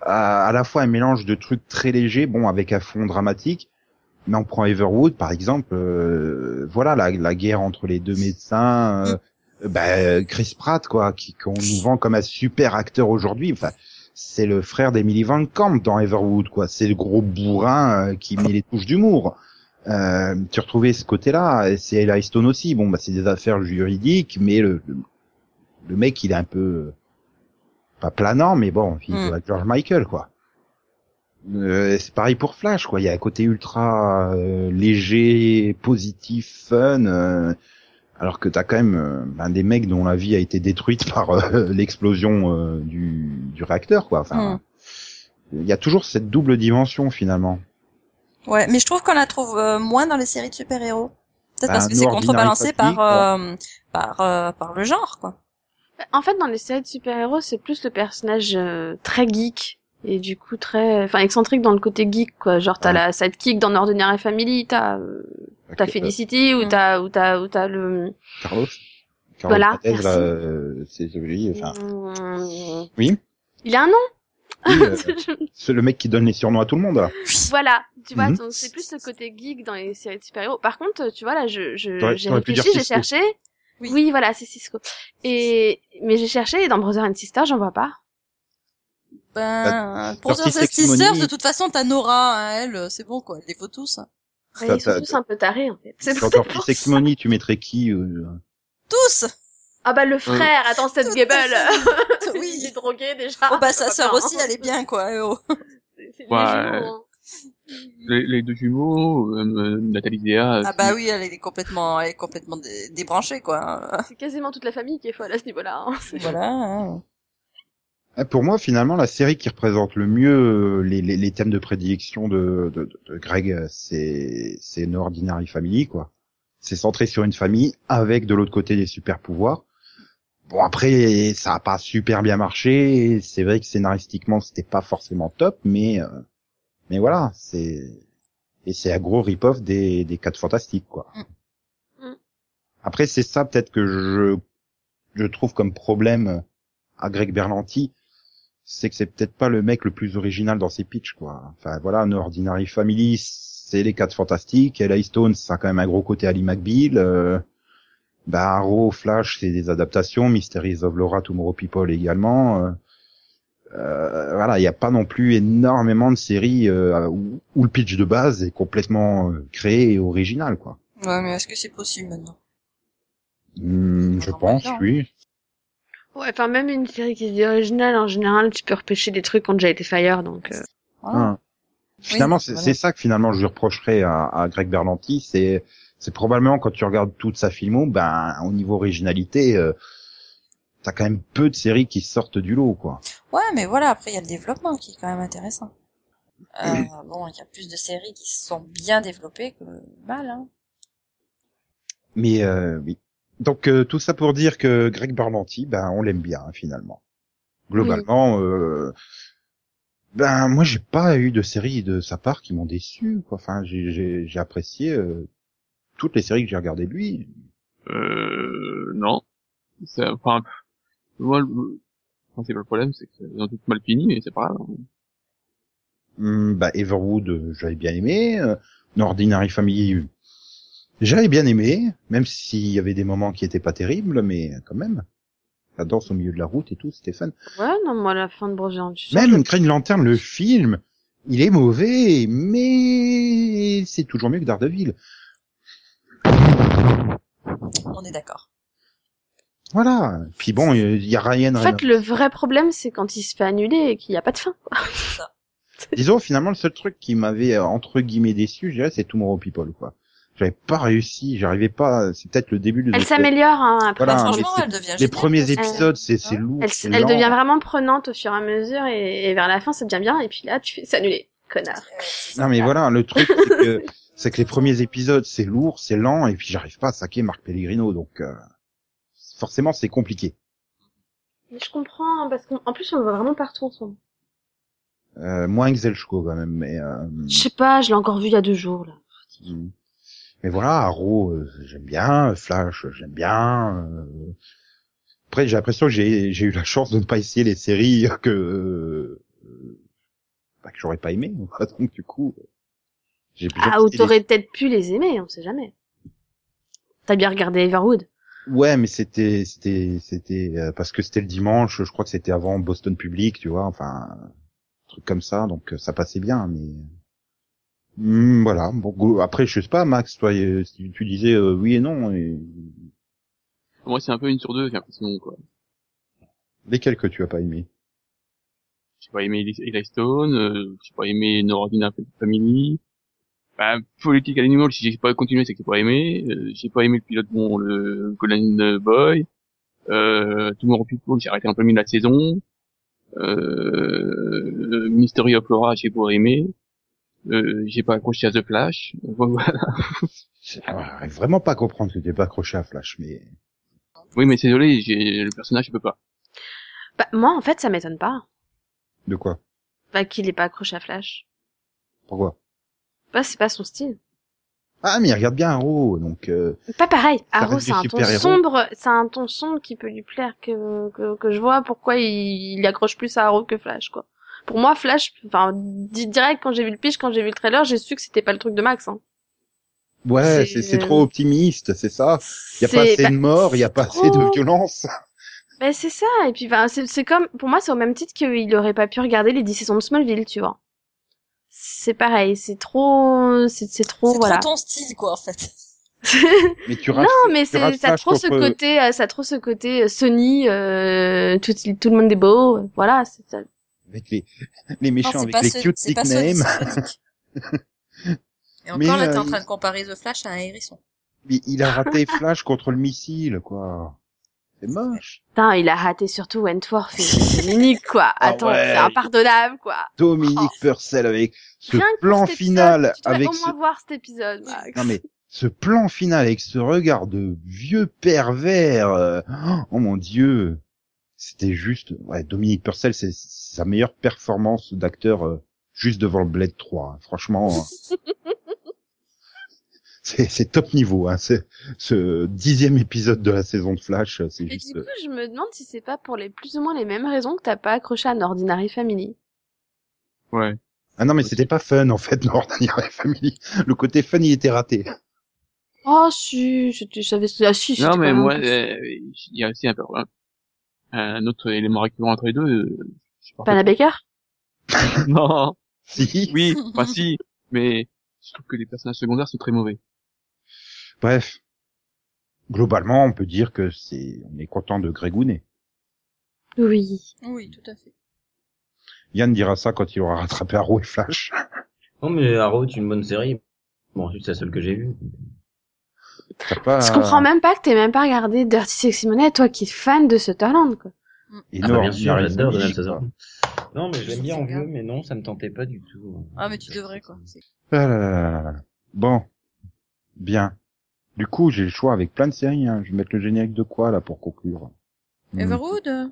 [SPEAKER 1] à, à la fois un mélange de trucs très légers, bon, avec un fond dramatique, mais on prend Everwood, par exemple, euh, voilà, la, la guerre entre les deux médecins, euh, ben, Chris Pratt, quoi, qui qu'on nous vend comme un super acteur aujourd'hui, enfin, c'est le frère d'Emily Van Camp dans Everwood, quoi, c'est le gros bourrin euh, qui met les touches d'humour. Euh, tu retrouvais ce côté-là, et c'est Eli Stone aussi, bon, bah, c'est des affaires juridiques, mais le, le- le mec, il est un peu euh, pas planant, mais bon, il
[SPEAKER 2] Mm.
[SPEAKER 1] doit être George Michael, quoi. Euh, c'est pareil pour Flash, quoi. Il y a un côté ultra euh, léger, positif, fun, euh, alors que t'as quand même euh, ben, des mecs dont la vie a été détruite par euh, l'explosion euh, du, du réacteur, quoi. Enfin, il y a toujours cette double dimension finalement.
[SPEAKER 2] Ouais, mais je trouve qu'on la trouve euh, moins dans les séries de super-héros. Peut-être
[SPEAKER 1] Bah,
[SPEAKER 2] parce que
[SPEAKER 1] nous,
[SPEAKER 2] c'est
[SPEAKER 1] Ordinary
[SPEAKER 2] contrebalancé
[SPEAKER 1] Family,
[SPEAKER 2] par euh, par euh, par le genre quoi.
[SPEAKER 3] En fait, dans les séries de super-héros, c'est plus le personnage euh, très geek et du coup très, enfin excentrique dans le côté geek quoi. Genre t'as
[SPEAKER 1] Ouais.
[SPEAKER 3] la sidekick dans Ordinary Family, t'as euh, t'as
[SPEAKER 1] Euh,
[SPEAKER 3] Felicity ou
[SPEAKER 2] Mm.
[SPEAKER 3] t'as ou t'as ou t'as le.
[SPEAKER 1] Carlos. Carlos
[SPEAKER 3] Voilà,
[SPEAKER 1] Pérez,
[SPEAKER 3] merci.
[SPEAKER 1] là, euh, c'est joli. Enfin,
[SPEAKER 3] Mm.
[SPEAKER 1] Oui.
[SPEAKER 3] Il a un
[SPEAKER 1] oui, euh,
[SPEAKER 3] nom.
[SPEAKER 1] c'est le mec qui donne les surnoms à tout le monde. Là.
[SPEAKER 3] voilà, tu vois,
[SPEAKER 1] Mhm.
[SPEAKER 3] donc c'est plus le côté geek dans les séries de super-héros. Par contre, euh, tu vois là, je je-
[SPEAKER 1] T'aurais-
[SPEAKER 3] j'ai
[SPEAKER 1] t'aurais pu
[SPEAKER 3] réfléchi,
[SPEAKER 1] dire
[SPEAKER 3] j'ai
[SPEAKER 1] Cisco.
[SPEAKER 3] cherché.
[SPEAKER 2] Oui.
[SPEAKER 3] Oui. voilà, c'est Cisco. Et mais j'ai cherché et dans Brother and Sister, j'en vois pas.
[SPEAKER 2] Ben,
[SPEAKER 1] Bah,
[SPEAKER 2] pour
[SPEAKER 1] Curtis
[SPEAKER 2] Sisters,
[SPEAKER 1] Sextimony-
[SPEAKER 2] Sisters, de toute façon, t'as Nora, hein, elle, c'est bon quoi, elle les faut tous.
[SPEAKER 3] Ouais,
[SPEAKER 1] Ça,
[SPEAKER 3] ils sont
[SPEAKER 1] t'as-
[SPEAKER 3] tous un peu tarés en fait. C'est
[SPEAKER 1] Sur
[SPEAKER 3] peut-être
[SPEAKER 1] Dirty
[SPEAKER 3] pour
[SPEAKER 1] Sex
[SPEAKER 3] ça.
[SPEAKER 1] Money, tu mettrais qui euh,
[SPEAKER 2] Tous
[SPEAKER 3] Ah bah
[SPEAKER 1] Hein.
[SPEAKER 3] le frère, attends,
[SPEAKER 2] Tout
[SPEAKER 3] cette
[SPEAKER 2] à
[SPEAKER 3] Gable,
[SPEAKER 2] fait. Oui.
[SPEAKER 3] il est drogué déjà.
[SPEAKER 2] Oh bah sa
[SPEAKER 3] Ça
[SPEAKER 2] sœur
[SPEAKER 3] va,
[SPEAKER 2] aussi,
[SPEAKER 3] hein.
[SPEAKER 2] elle est bien quoi. eh oh.
[SPEAKER 3] C'est- c'est les
[SPEAKER 5] Ouais.
[SPEAKER 3] jumeaux, hein.
[SPEAKER 5] Les,
[SPEAKER 2] Ah
[SPEAKER 5] les deux jumeaux, euh, euh, Nathalie Dea.
[SPEAKER 1] Ah,
[SPEAKER 2] bah oui, elle est complètement, elle est complètement dé- débranchée quoi. hein.
[SPEAKER 3] C'est quasiment toute la famille qui est folle à ce niveau-là. hein. C'est-
[SPEAKER 2] Voilà. hein.
[SPEAKER 1] Ah, Pour moi, finalement, la série qui représente le mieux euh, les, les, les thèmes de prédilection de, de, de- de Greg, euh, c'est c'est No Ordinary Family, quoi. C'est centré sur une famille avec de l'autre côté des super pouvoirs. Bon après, ça a pas super bien marché. et C'est vrai que scénaristiquement, c'était pas forcément top, mais euh, mais voilà, c'est et c'est un gros rip-off des des quatre fantastiques, quoi.
[SPEAKER 3] Mm. Mm.
[SPEAKER 1] Après, c'est ça peut-être que je je trouve comme problème à Greg Berlanti, c'est que c'est peut-être pas le mec le plus original dans ses pitchs, quoi. Enfin, voilà, un Ordinary Family, c'est les quatre fantastiques. LA Stone, ça a quand même un gros côté Ali McBeal. Euh, bah, Arrow, Flash, c'est des adaptations. Mysteries of Laura, Tomorrow People également. Euh, euh, voilà, il n'y a pas non plus énormément de séries euh, où, où le pitch de base est complètement euh, créé et original, quoi.
[SPEAKER 2] hein. Ouais, mais est-ce que c'est possible maintenant
[SPEAKER 1] Hum, je
[SPEAKER 2] Ah,
[SPEAKER 1] pense,
[SPEAKER 2] non.
[SPEAKER 1] oui.
[SPEAKER 3] Ouais, enfin même une série qui se dit originale, en général, tu peux repêcher des trucs qui ont déjà été fire, donc... euh,
[SPEAKER 2] Voilà.
[SPEAKER 1] Hein. Finalement, c'est
[SPEAKER 2] voilà.
[SPEAKER 1] c'est ça que finalement je lui reprocherais à, à Greg Berlanti, c'est c'est probablement quand tu regardes toute sa filmo, ben au niveau originalité, euh, t'as quand même peu de séries qui sortent du lot, quoi.
[SPEAKER 2] Ouais, mais voilà, après, il y a le développement qui est quand même intéressant. Euh, Bon, il y a plus de séries qui se sont bien développées que mal. Hein.
[SPEAKER 1] Mais euh, oui. Donc euh, tout ça pour dire que Greg Berlanti, ben on l'aime bien hein, finalement. Globalement, euh, ben moi j'ai pas eu de séries de sa part qui m'ont déçu, quoi. Enfin, j'ai- j'ai j'ai apprécié euh, toutes les séries que j'ai regardées de lui.
[SPEAKER 5] Euh, non. Ça, enfin, moi, le principal problème, c'est qu'ils ont tout mal fini, mais c'est pas grave. hein.
[SPEAKER 1] Hmm, bah, Everwood, euh, j'avais bien aimé. Euh, No Ordinary Family, euh, j'avais bien aimé, même s'il y avait des moments qui étaient pas terribles, mais quand même. La danse au milieu de la route et tout, c'était fun.
[SPEAKER 3] Ouais, non, moi, la fin de Brother and Sister...
[SPEAKER 1] Même Green Lantern, le film, il est mauvais, mais c'est toujours mieux que Daredevil.
[SPEAKER 2] On est d'accord.
[SPEAKER 1] Voilà. Puis bon, il y a Ryan
[SPEAKER 3] En
[SPEAKER 1] Reynolds.
[SPEAKER 3] fait, le vrai problème, c'est quand il se fait annuler et qu'il n'y a pas de fin. quoi.
[SPEAKER 1] Disons, finalement, le seul truc qui m'avait, euh, entre guillemets, déçu, je dirais, c'est Tomorrow People, quoi. J'avais pas réussi, j'arrivais pas, c'est peut-être le début de...
[SPEAKER 3] Elle s'améliore hein, après.
[SPEAKER 1] Voilà,
[SPEAKER 2] Bah,
[SPEAKER 1] mais
[SPEAKER 2] franchement,
[SPEAKER 1] c'est-
[SPEAKER 2] elle devient
[SPEAKER 1] Les
[SPEAKER 2] géniale.
[SPEAKER 1] premiers épisodes, c'est c'est
[SPEAKER 2] Ouais.
[SPEAKER 1] lourd.
[SPEAKER 3] Elle,
[SPEAKER 1] c'est
[SPEAKER 3] elle
[SPEAKER 1] lent.
[SPEAKER 3] devient vraiment prenante au fur et à mesure et, et vers la fin, ça devient bien. Et puis là, tu fais s'annuler, connard.
[SPEAKER 2] Euh, c'est
[SPEAKER 1] Non mais
[SPEAKER 2] ça.
[SPEAKER 1] voilà, le truc c'est que c'est que les premiers épisodes c'est lourd, c'est lent et puis j'arrive pas à saquer Marc Pellegrino donc euh, forcément c'est compliqué.
[SPEAKER 3] Mais je comprends, hein, parce qu'en en plus, on le voit vraiment partout en ce moment.
[SPEAKER 1] Euh, moins que Zelchko quand même, mais euh,
[SPEAKER 3] Je sais pas, je l'ai encore vu il y a deux jours, là.
[SPEAKER 1] mm. mais voilà, Arrow, euh, j'aime bien, Flash, j'aime bien. euh. Après, j'ai l'impression que j'ai j'ai eu la chance de ne pas essayer les séries que euh, bah, que j'aurais pas aimé. Donc du coup, j'ai j'ai
[SPEAKER 3] Ah, ou
[SPEAKER 1] testé les
[SPEAKER 3] t'aurais peut-être pu les aimer, on sait jamais. T'as bien regardé Everwood.
[SPEAKER 1] Ouais, mais c'était c'était c'était euh, parce que c'était le dimanche, je crois que c'était avant Boston Public, tu vois, enfin un truc comme ça, donc euh, ça passait bien, mais Hmm, voilà. Bon, go- après, je sais pas, Max, toi, euh, tu tu disais euh, oui et non, et...
[SPEAKER 5] Moi, c'est un peu une sur deux, j'ai l'impression, quoi.
[SPEAKER 1] lesquels que tu as pas aimé
[SPEAKER 5] J'ai pas aimé Eli Stone, euh, j'ai pas aimé No Ordinary Family. Bah, Politique Animal, si j'ai pas continué, c'est que j'ai pas aimé. Euh, j'ai pas aimé le pilote, bon, le Colin Boy. Euh, Tomorrow People, j'ai arrêté un peu le milieu de la saison. Euh, Mystery of Laura, j'ai pas aimé. Euh, j'ai pas accroché à The Flash. Voilà.
[SPEAKER 1] J'arrive vraiment pas à comprendre que t'es pas accroché à Flash, mais
[SPEAKER 5] Oui, mais c'est désolé, j'ai, le personnage, je peux pas.
[SPEAKER 3] Bah, moi, en fait, ça m'étonne pas. hein,
[SPEAKER 1] de quoi
[SPEAKER 3] Bah, qu'il ait pas accroché à Flash.
[SPEAKER 1] Pourquoi
[SPEAKER 3] Bah, c'est pas son style.
[SPEAKER 1] Ah, mais il regarde bien Arrow, donc euh,
[SPEAKER 3] Pas pareil.
[SPEAKER 1] Ça
[SPEAKER 3] Arrow,
[SPEAKER 1] reste
[SPEAKER 3] c'est
[SPEAKER 1] du
[SPEAKER 3] un ton
[SPEAKER 1] super-héros.
[SPEAKER 3] sombre, c'est un ton sombre qui peut lui plaire que, que, que je vois pourquoi il, il accroche plus à Arrow que Flash, quoi. Pour moi, Flash, enfin, di- direct, quand j'ai vu le pitch, quand j'ai vu le trailer, j'ai su que c'était pas le truc de Max, hein.
[SPEAKER 1] ouais,
[SPEAKER 3] C'est-
[SPEAKER 1] c'est c'est trop optimiste, c'est ça. Y a pas
[SPEAKER 3] C'est-
[SPEAKER 1] assez
[SPEAKER 3] bah,
[SPEAKER 1] de morts, y a
[SPEAKER 3] c'est
[SPEAKER 1] pas assez
[SPEAKER 3] trop-
[SPEAKER 1] de violence.
[SPEAKER 3] Ben c'est ça, et puis ben, c'est c'est comme, pour moi c'est au même titre qu'il aurait pas pu regarder les 10 saisons de Smallville, tu vois. C'est pareil, c'est trop, c'est c'est trop,
[SPEAKER 2] c'est
[SPEAKER 3] voilà.
[SPEAKER 2] trop ton style, quoi, en fait.
[SPEAKER 1] Mais tu
[SPEAKER 3] non
[SPEAKER 1] raches-
[SPEAKER 3] mais c'est
[SPEAKER 1] rates
[SPEAKER 3] ça a
[SPEAKER 1] Flash
[SPEAKER 3] trop ce
[SPEAKER 1] contre-
[SPEAKER 3] côté, euh, ça a trop ce côté euh, Sony, euh, tout, tout le monde est beau, euh, voilà. c'est ça.
[SPEAKER 1] avec les les
[SPEAKER 2] Non,
[SPEAKER 1] méchants
[SPEAKER 2] c'est
[SPEAKER 1] avec
[SPEAKER 2] pas
[SPEAKER 1] les
[SPEAKER 2] ce-
[SPEAKER 1] cute
[SPEAKER 2] c'est pas ce-
[SPEAKER 1] nicknames.
[SPEAKER 2] c'est sonique. Et encore
[SPEAKER 1] Mais,
[SPEAKER 2] là, t'es
[SPEAKER 1] euh,
[SPEAKER 2] en train de comparer The Flash à un hérisson.
[SPEAKER 1] Mais il a raté Flash contre le missile, quoi. C'est moche.
[SPEAKER 3] Putain, il a raté surtout Wentworth et Dominique quoi.
[SPEAKER 1] Ah
[SPEAKER 3] Attends,
[SPEAKER 1] ouais.
[SPEAKER 3] c'est impardonnable quoi.
[SPEAKER 1] Dominique Purcell avec ce
[SPEAKER 3] Rien que pour
[SPEAKER 1] plan
[SPEAKER 3] cet
[SPEAKER 1] final,
[SPEAKER 3] épisode, tu devrais
[SPEAKER 1] avec
[SPEAKER 3] au
[SPEAKER 1] ce...
[SPEAKER 3] moins voir cet épisode. Max.
[SPEAKER 1] non mais ce plan final avec ce regard de vieux pervers. euh, Oh mon dieu, c'était juste. Ouais, Dominique Purcell, c'est c'est sa meilleure performance d'acteur euh, juste devant le Blade 3. hein. Franchement. euh, C'est c'est top niveau, hein. C'est- ce dixième épisode de la saison de Flash, euh, c'est
[SPEAKER 3] Et
[SPEAKER 1] juste.
[SPEAKER 3] du coup, je me demande si c'est pas pour les plus ou moins les mêmes raisons que t'as pas accroché à un Ordinary Family.
[SPEAKER 5] Ouais.
[SPEAKER 1] Ah non, mais c'était pas fun en fait, non, Ordinary Family. Le côté fun, il était raté.
[SPEAKER 3] Oh, si, c'était, j'avais, ah, si, c'était
[SPEAKER 5] Non, mais
[SPEAKER 3] quand même
[SPEAKER 5] moi,
[SPEAKER 3] un peu-
[SPEAKER 5] euh, il y a aussi un peu, un, un autre élément récurrent entre les deux. euh, je sais pas.
[SPEAKER 3] Panna Baker?
[SPEAKER 5] Non.
[SPEAKER 1] Si.
[SPEAKER 5] Oui, enfin si, mais je trouve que les personnages secondaires sont très mauvais.
[SPEAKER 1] Bref, globalement, on peut dire que c'est, on est content de Grégounet.
[SPEAKER 3] Oui.
[SPEAKER 2] Oui, tout à fait.
[SPEAKER 1] Yann dira ça quand il aura rattrapé Arrow et Flash.
[SPEAKER 7] Non, mais Arrow est une bonne série. Bon, ensuite, c'est la seule que j'ai vue.
[SPEAKER 1] T'as pas
[SPEAKER 3] Je comprends même pas que t'aies même pas regardé Dirty Sexy Money, toi qui es fan de Sutherland, quoi.
[SPEAKER 7] Ah bah, bien sûr,
[SPEAKER 1] Ordinary
[SPEAKER 7] j'adore
[SPEAKER 1] Family,
[SPEAKER 7] Donald Sutherland. Non, mais je l'aime bien en
[SPEAKER 2] Regarde.
[SPEAKER 7] vieux, mais non, ça me tentait pas du tout.
[SPEAKER 2] Ah, mais tu devrais, quoi. C'est-
[SPEAKER 1] quoi. Ah là là là là là. Bon, bien. Du coup, j'ai le choix avec plein de séries. Hein. Je vais mettre le générique de quoi là pour conclure. Hmm.
[SPEAKER 2] Everwood euh,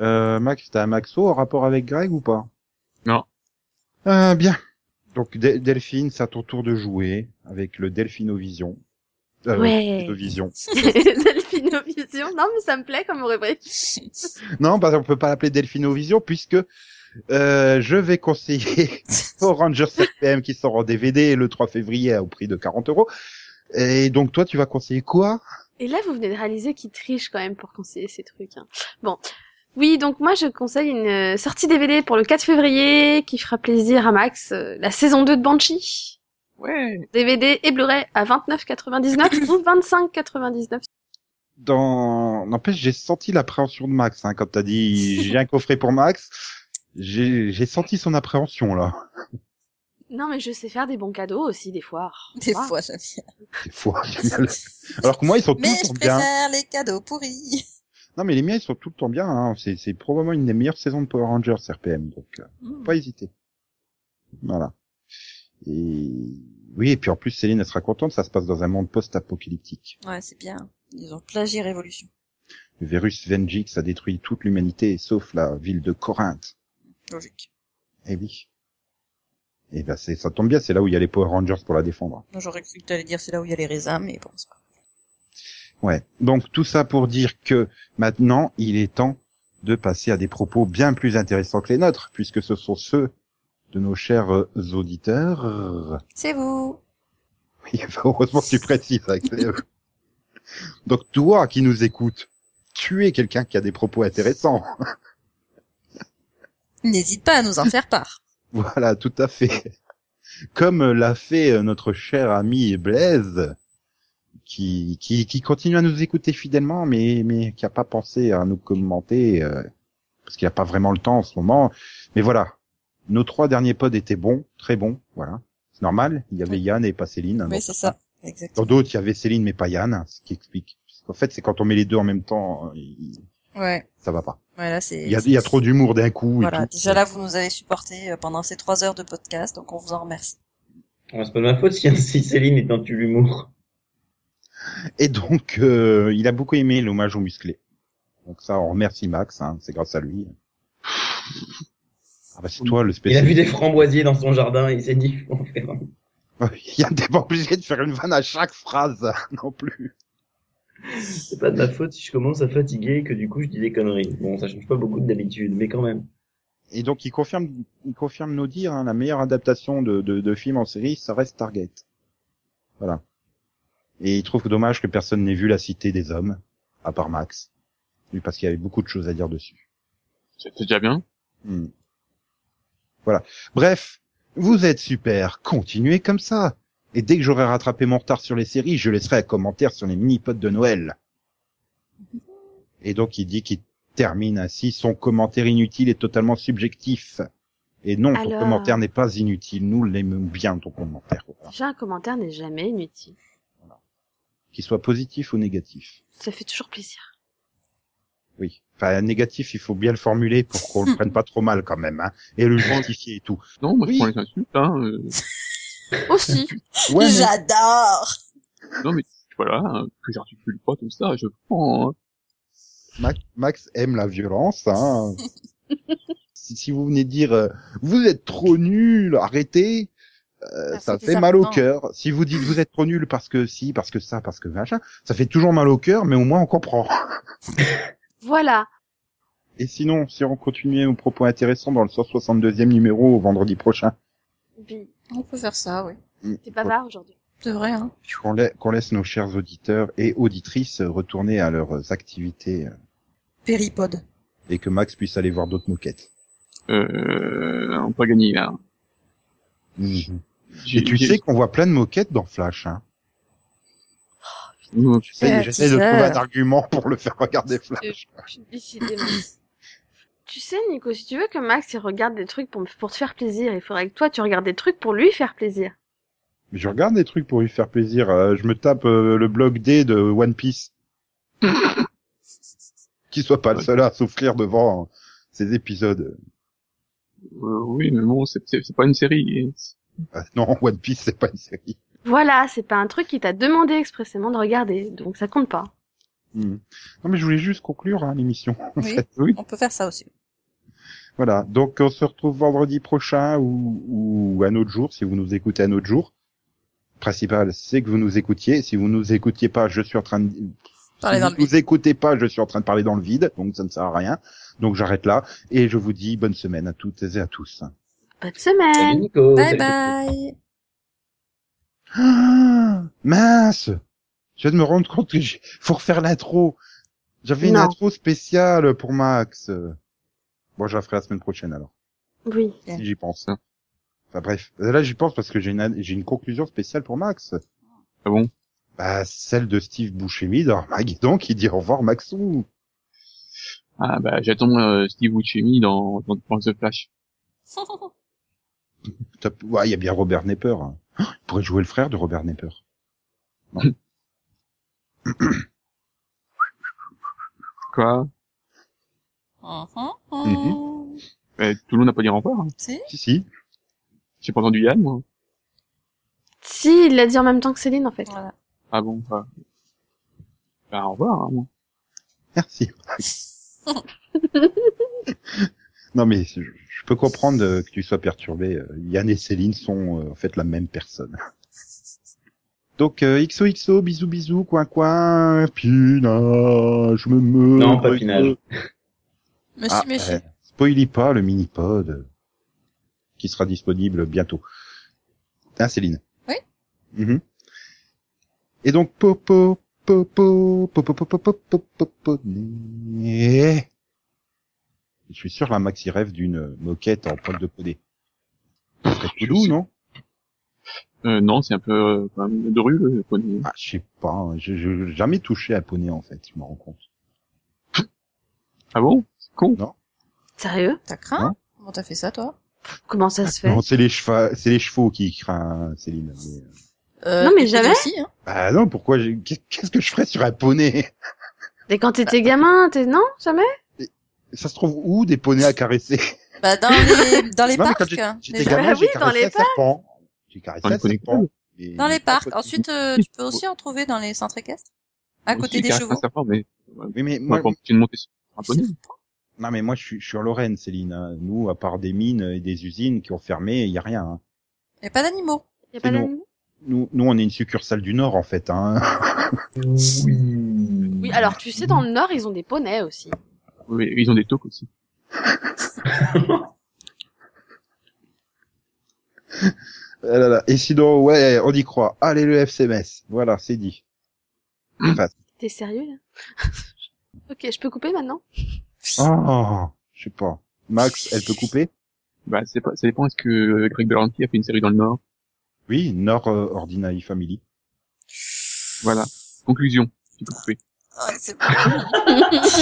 [SPEAKER 1] Euh, Max, t'as un Maxo en rapport avec Greg ou pas
[SPEAKER 5] Non.
[SPEAKER 1] Euh, bien. Donc Del- Delphine, c'est à ton tour de jouer avec le Delphinovision. Euh,
[SPEAKER 3] Ouais.
[SPEAKER 1] Delphinovision.
[SPEAKER 3] Delphinovision. Non, mais ça me plaît comme rubrique.
[SPEAKER 1] Non, bah, on peut pas l'appeler Delphinovision puisque euh, je vais conseiller aux Rangers RPM qui sort en DVD le 3 février au prix de 40 euros. Et donc toi, tu vas conseiller quoi
[SPEAKER 3] Et là, vous venez de réaliser qu'ils trichent quand même pour conseiller ces trucs. hein. Bon. Oui, donc moi, je conseille une euh, sortie DVD pour le 4 février qui fera plaisir à Max, euh, la saison 2 de Banshee.
[SPEAKER 5] Ouais.
[SPEAKER 3] DVD et Blu-ray à 29,99 ou 25,99.
[SPEAKER 1] Dans, n'empêche, j'ai senti l'appréhension de Max, hein, comme t'as dit, j'ai un coffret pour Max. J'ai, j'ai senti son appréhension, là.
[SPEAKER 3] Non, mais je sais faire des bons cadeaux aussi, des fois.
[SPEAKER 2] Des
[SPEAKER 3] Voilà.
[SPEAKER 2] fois, j'aime bien.
[SPEAKER 1] Des fois, Alors que moi, ils sont
[SPEAKER 2] Mais
[SPEAKER 1] tous
[SPEAKER 2] je
[SPEAKER 1] bien.
[SPEAKER 2] préfère les cadeaux pourris.
[SPEAKER 1] Non, mais les miens, ils sont tout le temps bien. Hein. C'est, c'est probablement une des meilleures saisons de Power Rangers RPM, donc euh,
[SPEAKER 2] Mm.
[SPEAKER 1] faut pas hésiter. Voilà. Et oui, et puis en plus, Céline, elle sera contente. Ça se passe dans un monde post-apocalyptique.
[SPEAKER 2] Ouais, c'est bien. Ils ont plagié Révolution.
[SPEAKER 1] Le virus Vengix a détruit toute l'humanité, sauf la ville de Corinthe.
[SPEAKER 2] Logique.
[SPEAKER 1] Eh oui. Et ben, c'est, ça tombe bien. C'est là où il y a les Power Rangers pour la défendre.
[SPEAKER 2] Moi, j'aurais cru que t'allais dire c'est là où il y a les raisins, mais bon, c'est pas.
[SPEAKER 1] Ouais. Donc tout ça pour dire que maintenant, il est temps de passer à des propos bien plus intéressants que les nôtres, puisque ce sont ceux de nos chers euh, auditeurs.
[SPEAKER 2] C'est vous.
[SPEAKER 1] Oui, bah, heureusement que tu précises. Axel. Donc toi qui nous écoutes, tu es quelqu'un qui a des propos intéressants.
[SPEAKER 2] N'hésite pas à nous en faire part.
[SPEAKER 1] Voilà, tout à fait. Comme l'a fait euh, notre cher ami Blaise, qui, qui, qui continue à nous écouter fidèlement, mais, mais qui n'a pas pensé à nous commenter, euh, parce qu'il n'a pas vraiment le temps en ce moment. Mais voilà, nos trois derniers pods étaient bons, très bons, voilà. C'est normal, il y avait Yann et pas Céline. hein,
[SPEAKER 2] Oui,
[SPEAKER 1] dans
[SPEAKER 2] c'est
[SPEAKER 1] certains.
[SPEAKER 2] ça. Exactement.
[SPEAKER 1] Dans d'autres, il y avait Céline mais pas Yann, hein, ce qui explique. En fait, c'est quand on met les deux en même temps, euh, il-
[SPEAKER 2] Ouais.
[SPEAKER 1] ça va pas.
[SPEAKER 2] Ouais, là, c'est.
[SPEAKER 1] Il y a, il y a trop d'humour d'un coup. et
[SPEAKER 2] Voilà.
[SPEAKER 1] tout.
[SPEAKER 2] Déjà là, vous nous avez supporté euh, pendant ces trois heures de podcast, donc on vous en remercie.
[SPEAKER 7] Ouais, c'est pas de ma faute si, hein, si Céline est dans tu l'humour.
[SPEAKER 1] Et donc, euh, il a beaucoup aimé l'hommage aux musclés. Donc ça, on remercie Max, hein, c'est grâce à lui. Ah bah c'est toi
[SPEAKER 7] Il
[SPEAKER 1] le
[SPEAKER 7] a vu
[SPEAKER 1] spécialiste.
[SPEAKER 7] des framboisiers dans son jardin et il s'est dit, je vais en faire un.
[SPEAKER 1] Il a pas obligé de faire une vanne à chaque phrase non plus.
[SPEAKER 7] C'est pas de ma faute si je commence à fatiguer et que du coup je dis des conneries. Bon, ça change pas beaucoup de d'habitude, mais quand même.
[SPEAKER 1] Et donc il confirme, il confirme nos dires, hein, la meilleure adaptation de, de, de film en série, ça reste Target. Voilà. Et il trouve dommage que personne n'ait vu La Cité des Hommes, à part Max, lui parce qu'il y avait beaucoup de choses à dire dessus.
[SPEAKER 5] C'est c'est déjà bien.
[SPEAKER 1] Hmm. Voilà. Bref, vous êtes super. Continuez comme ça. Et dès que j'aurai rattrapé mon retard sur les séries, je laisserai un commentaire sur les mini-potes de Noël. Et donc il dit qu'il termine ainsi son commentaire inutile est totalement subjectif. Et non, ton
[SPEAKER 3] Alors
[SPEAKER 1] commentaire n'est pas inutile. Nous l'aimons bien, ton commentaire. Voilà.
[SPEAKER 3] Déjà, un commentaire n'est jamais inutile.
[SPEAKER 1] Qu'il soit positif ou négatif.
[SPEAKER 3] Ça fait toujours plaisir.
[SPEAKER 1] Oui. Enfin, négatif, il faut bien le formuler pour qu'on le prenne pas trop mal quand même, hein. Et le justifier et tout.
[SPEAKER 5] Non, moi
[SPEAKER 1] Oui.
[SPEAKER 5] je prends les insultes. Hein. euh,
[SPEAKER 3] Aussi.
[SPEAKER 1] Ouais, mais-
[SPEAKER 2] J'adore.
[SPEAKER 5] non mais voilà, hein, que j'articule pas comme ça, je prends. hein.
[SPEAKER 1] Max, Max aime la violence. Hein. si, si vous venez dire euh, vous êtes trop nul, arrêtez, euh,
[SPEAKER 2] Ah,
[SPEAKER 1] ça
[SPEAKER 2] c'est
[SPEAKER 1] fait mal au
[SPEAKER 2] désarmant.
[SPEAKER 1] cœur. Si vous dites vous êtes trop nul parce que si, parce que ça, parce que machin, ça fait toujours mal au cœur, mais au moins on comprend.
[SPEAKER 3] Voilà.
[SPEAKER 1] Et sinon, si on continuait nos propos intéressants dans le 162e numéro au vendredi prochain,
[SPEAKER 3] Bi-
[SPEAKER 2] On peut faire ça, oui.
[SPEAKER 3] T'es bavard aujourd'hui.
[SPEAKER 2] C'est vrai, hein.
[SPEAKER 1] qu'on lai- qu'on laisse nos chers auditeurs et auditrices retourner à leurs activités euh,
[SPEAKER 2] Péripode.
[SPEAKER 1] et que Max puisse aller voir d'autres moquettes.
[SPEAKER 5] Euh, on peut gagner là. J'ai-
[SPEAKER 1] Et tu
[SPEAKER 5] j'ai-
[SPEAKER 1] sais qu'on voit plein de moquettes dans Flash. Hein.
[SPEAKER 5] Non,
[SPEAKER 1] Tu sais,
[SPEAKER 2] Ouais,
[SPEAKER 1] J'essaie
[SPEAKER 2] tu
[SPEAKER 1] de
[SPEAKER 2] sais.
[SPEAKER 1] trouver un argument pour le faire regarder Flash.
[SPEAKER 3] Décidément. Tu sais, Nico, si tu veux que Max il regarde des trucs pour, me- pour te faire plaisir, il faudrait que toi tu regardes des trucs pour lui faire plaisir.
[SPEAKER 1] Je regarde des trucs pour lui faire plaisir. Euh, je me tape euh, le blog D de One Piece. Qu'il soit pas le seul à souffrir devant euh, ces épisodes.
[SPEAKER 5] euh, oui, mais bon, c'est- c'est c'est pas une série.
[SPEAKER 1] Ah, non, One Piece, c'est pas une série.
[SPEAKER 3] Voilà, c'est pas un truc qui t'a demandé expressément de regarder, donc ça compte pas.
[SPEAKER 1] Hmm. Non, mais je voulais juste conclure hein, l'émission. en
[SPEAKER 2] Oui.
[SPEAKER 1] fait. Oui.
[SPEAKER 2] On peut faire ça aussi.
[SPEAKER 1] Voilà. Donc, on se retrouve vendredi prochain ou, ou un autre jour, si vous nous écoutez un autre jour. Le principal, c'est que vous nous écoutiez. Si vous nous écoutiez pas, je suis en train de
[SPEAKER 2] Parler
[SPEAKER 1] Si
[SPEAKER 2] dans le
[SPEAKER 1] vous
[SPEAKER 2] vide.
[SPEAKER 1] vous écoutez pas, je suis en train de parler dans le vide, donc ça ne sert à rien. Donc j'arrête là et je vous dis bonne semaine à toutes et à tous.
[SPEAKER 3] Bonne semaine!
[SPEAKER 7] Salut Nico.
[SPEAKER 2] Bye
[SPEAKER 7] Salut.
[SPEAKER 2] bye.
[SPEAKER 1] Ah, mince Je viens de me rendre compte que j'ai- faut refaire l'intro. J'avais une
[SPEAKER 3] Non.
[SPEAKER 1] intro spéciale pour Max. Euh, Bon, je la ferai la semaine prochaine alors,
[SPEAKER 3] Oui.
[SPEAKER 1] si j'y pense.
[SPEAKER 5] Hein.
[SPEAKER 1] Enfin bref, là j'y pense parce que j'ai une, an- j'ai une conclusion spéciale pour Max.
[SPEAKER 5] Ah bon
[SPEAKER 1] Bah, celle de Steve Buscemi d'Armageddon qui dit au revoir Maxou.
[SPEAKER 5] Ah bah j'attends euh, Steve Buscemi dans, dans, dans The Flash.
[SPEAKER 1] T'as- Ouais, il y a bien Robert Nepper. hein. Oh, il pourrait jouer le frère de Robert Nepper. Non.
[SPEAKER 5] Quoi
[SPEAKER 2] Mhm,
[SPEAKER 1] Mhm.
[SPEAKER 2] mhm.
[SPEAKER 5] Eh, Toulon n'a pas des remparts. Hein.
[SPEAKER 2] Si.
[SPEAKER 1] si, si.
[SPEAKER 5] J'ai pas entendu Yann moi.
[SPEAKER 3] Si, il l'a dit en même temps que Céline, en fait.
[SPEAKER 2] Voilà.
[SPEAKER 5] Ah bon bah. Bah au revoir hein, moi.
[SPEAKER 1] Merci. non mais je, je peux comprendre euh, que tu sois perturbé. euh, Yann et Céline sont euh, en fait la même personne. Donc euh, XOXO, bisous bisous, coin coin, pinage, je me meule.
[SPEAKER 7] Non, pas pinage.
[SPEAKER 2] Mais
[SPEAKER 1] Ah,
[SPEAKER 2] si, mais si.
[SPEAKER 1] euh, spoilie pas le mini-pod euh, qui sera disponible bientôt. Hein, Céline
[SPEAKER 2] Oui.
[SPEAKER 1] Mhm. Et donc, popo, popo, popo, popo, popo, popo, né. eh. Je suis sûr, la Maxi rêve d'une moquette en poil de podé. Ce serait
[SPEAKER 5] Je
[SPEAKER 1] Toulouse,
[SPEAKER 5] sais.
[SPEAKER 1] non
[SPEAKER 5] Euh, non c'est un peu euh, quand même de rue le poney.
[SPEAKER 1] Ah, je sais pas, hein, je j'ai jamais touché à poney, en fait, je me rends compte.
[SPEAKER 5] Ah bon C'est con.
[SPEAKER 3] Sérieux
[SPEAKER 2] T'as craint
[SPEAKER 1] Hein
[SPEAKER 2] Comment t'as fait ça, toi
[SPEAKER 3] Comment ça se fait
[SPEAKER 1] Non, c'est les chevaux, c'est les chevaux qui craignent, Céline. mais, euh,
[SPEAKER 2] Euh,
[SPEAKER 3] Non, mais
[SPEAKER 2] t'étais
[SPEAKER 3] jamais.
[SPEAKER 2] aussi, hein.
[SPEAKER 1] Bah non, pourquoi j'ai- Qu'est-ce que je ferais sur un poney
[SPEAKER 3] Dès quand t'étais gamin, t'es... Non, jamais
[SPEAKER 1] Ça se trouve où des poneys à caresser
[SPEAKER 2] Bah, dans les, dans les
[SPEAKER 1] Non, mais quand
[SPEAKER 2] parcs.
[SPEAKER 1] j'ai-
[SPEAKER 2] hein,
[SPEAKER 1] J'étais
[SPEAKER 2] déjà.
[SPEAKER 1] gamin,
[SPEAKER 3] Bah
[SPEAKER 1] j'ai
[SPEAKER 3] oui, dans
[SPEAKER 1] caressé
[SPEAKER 3] les
[SPEAKER 1] un serpent. J'ai caressé
[SPEAKER 5] Dans les
[SPEAKER 1] un serpent. Et-
[SPEAKER 2] Dans les parcs.
[SPEAKER 1] Oui,
[SPEAKER 2] Ensuite, euh, tu peux aussi en trouver dans les centres équestres. À
[SPEAKER 5] Moi
[SPEAKER 2] côté
[SPEAKER 5] aussi,
[SPEAKER 2] des
[SPEAKER 5] caresse
[SPEAKER 2] chevaux.
[SPEAKER 5] un serpent, mais
[SPEAKER 1] mais, moi,
[SPEAKER 5] moi quand tu de monter sur un poney.
[SPEAKER 1] non mais moi je suis, je suis en Lorraine, Céline. hein. Nous, à part des mines et des usines qui ont fermé, il y a rien. hein.
[SPEAKER 2] Il a pas d'animaux.
[SPEAKER 3] Y a pas
[SPEAKER 1] non.
[SPEAKER 3] d'animaux
[SPEAKER 1] Nous, nous, on est une succursale du Nord en fait. Hein.
[SPEAKER 7] Oui.
[SPEAKER 3] Oui, alors tu sais, dans le Nord, ils ont des poneys aussi.
[SPEAKER 5] Oui, ils ont des toques aussi.
[SPEAKER 1] Ah là là. Et sinon, ouais, on y croit. Allez le FCMS. Voilà, c'est dit. Enfin,
[SPEAKER 3] T'es sérieux, là Ok, je peux couper maintenant
[SPEAKER 1] oh, je sais pas. Max, elle peut couper
[SPEAKER 5] Bah c'est pas, ça dépend. Est-ce que euh, Greg Berlanti a fait une série dans le Nord
[SPEAKER 1] Oui, Nord euh, Ordinary Family.
[SPEAKER 5] Voilà. Conclusion. Tu peux couper.
[SPEAKER 2] Ouais, Oh, c'est bon.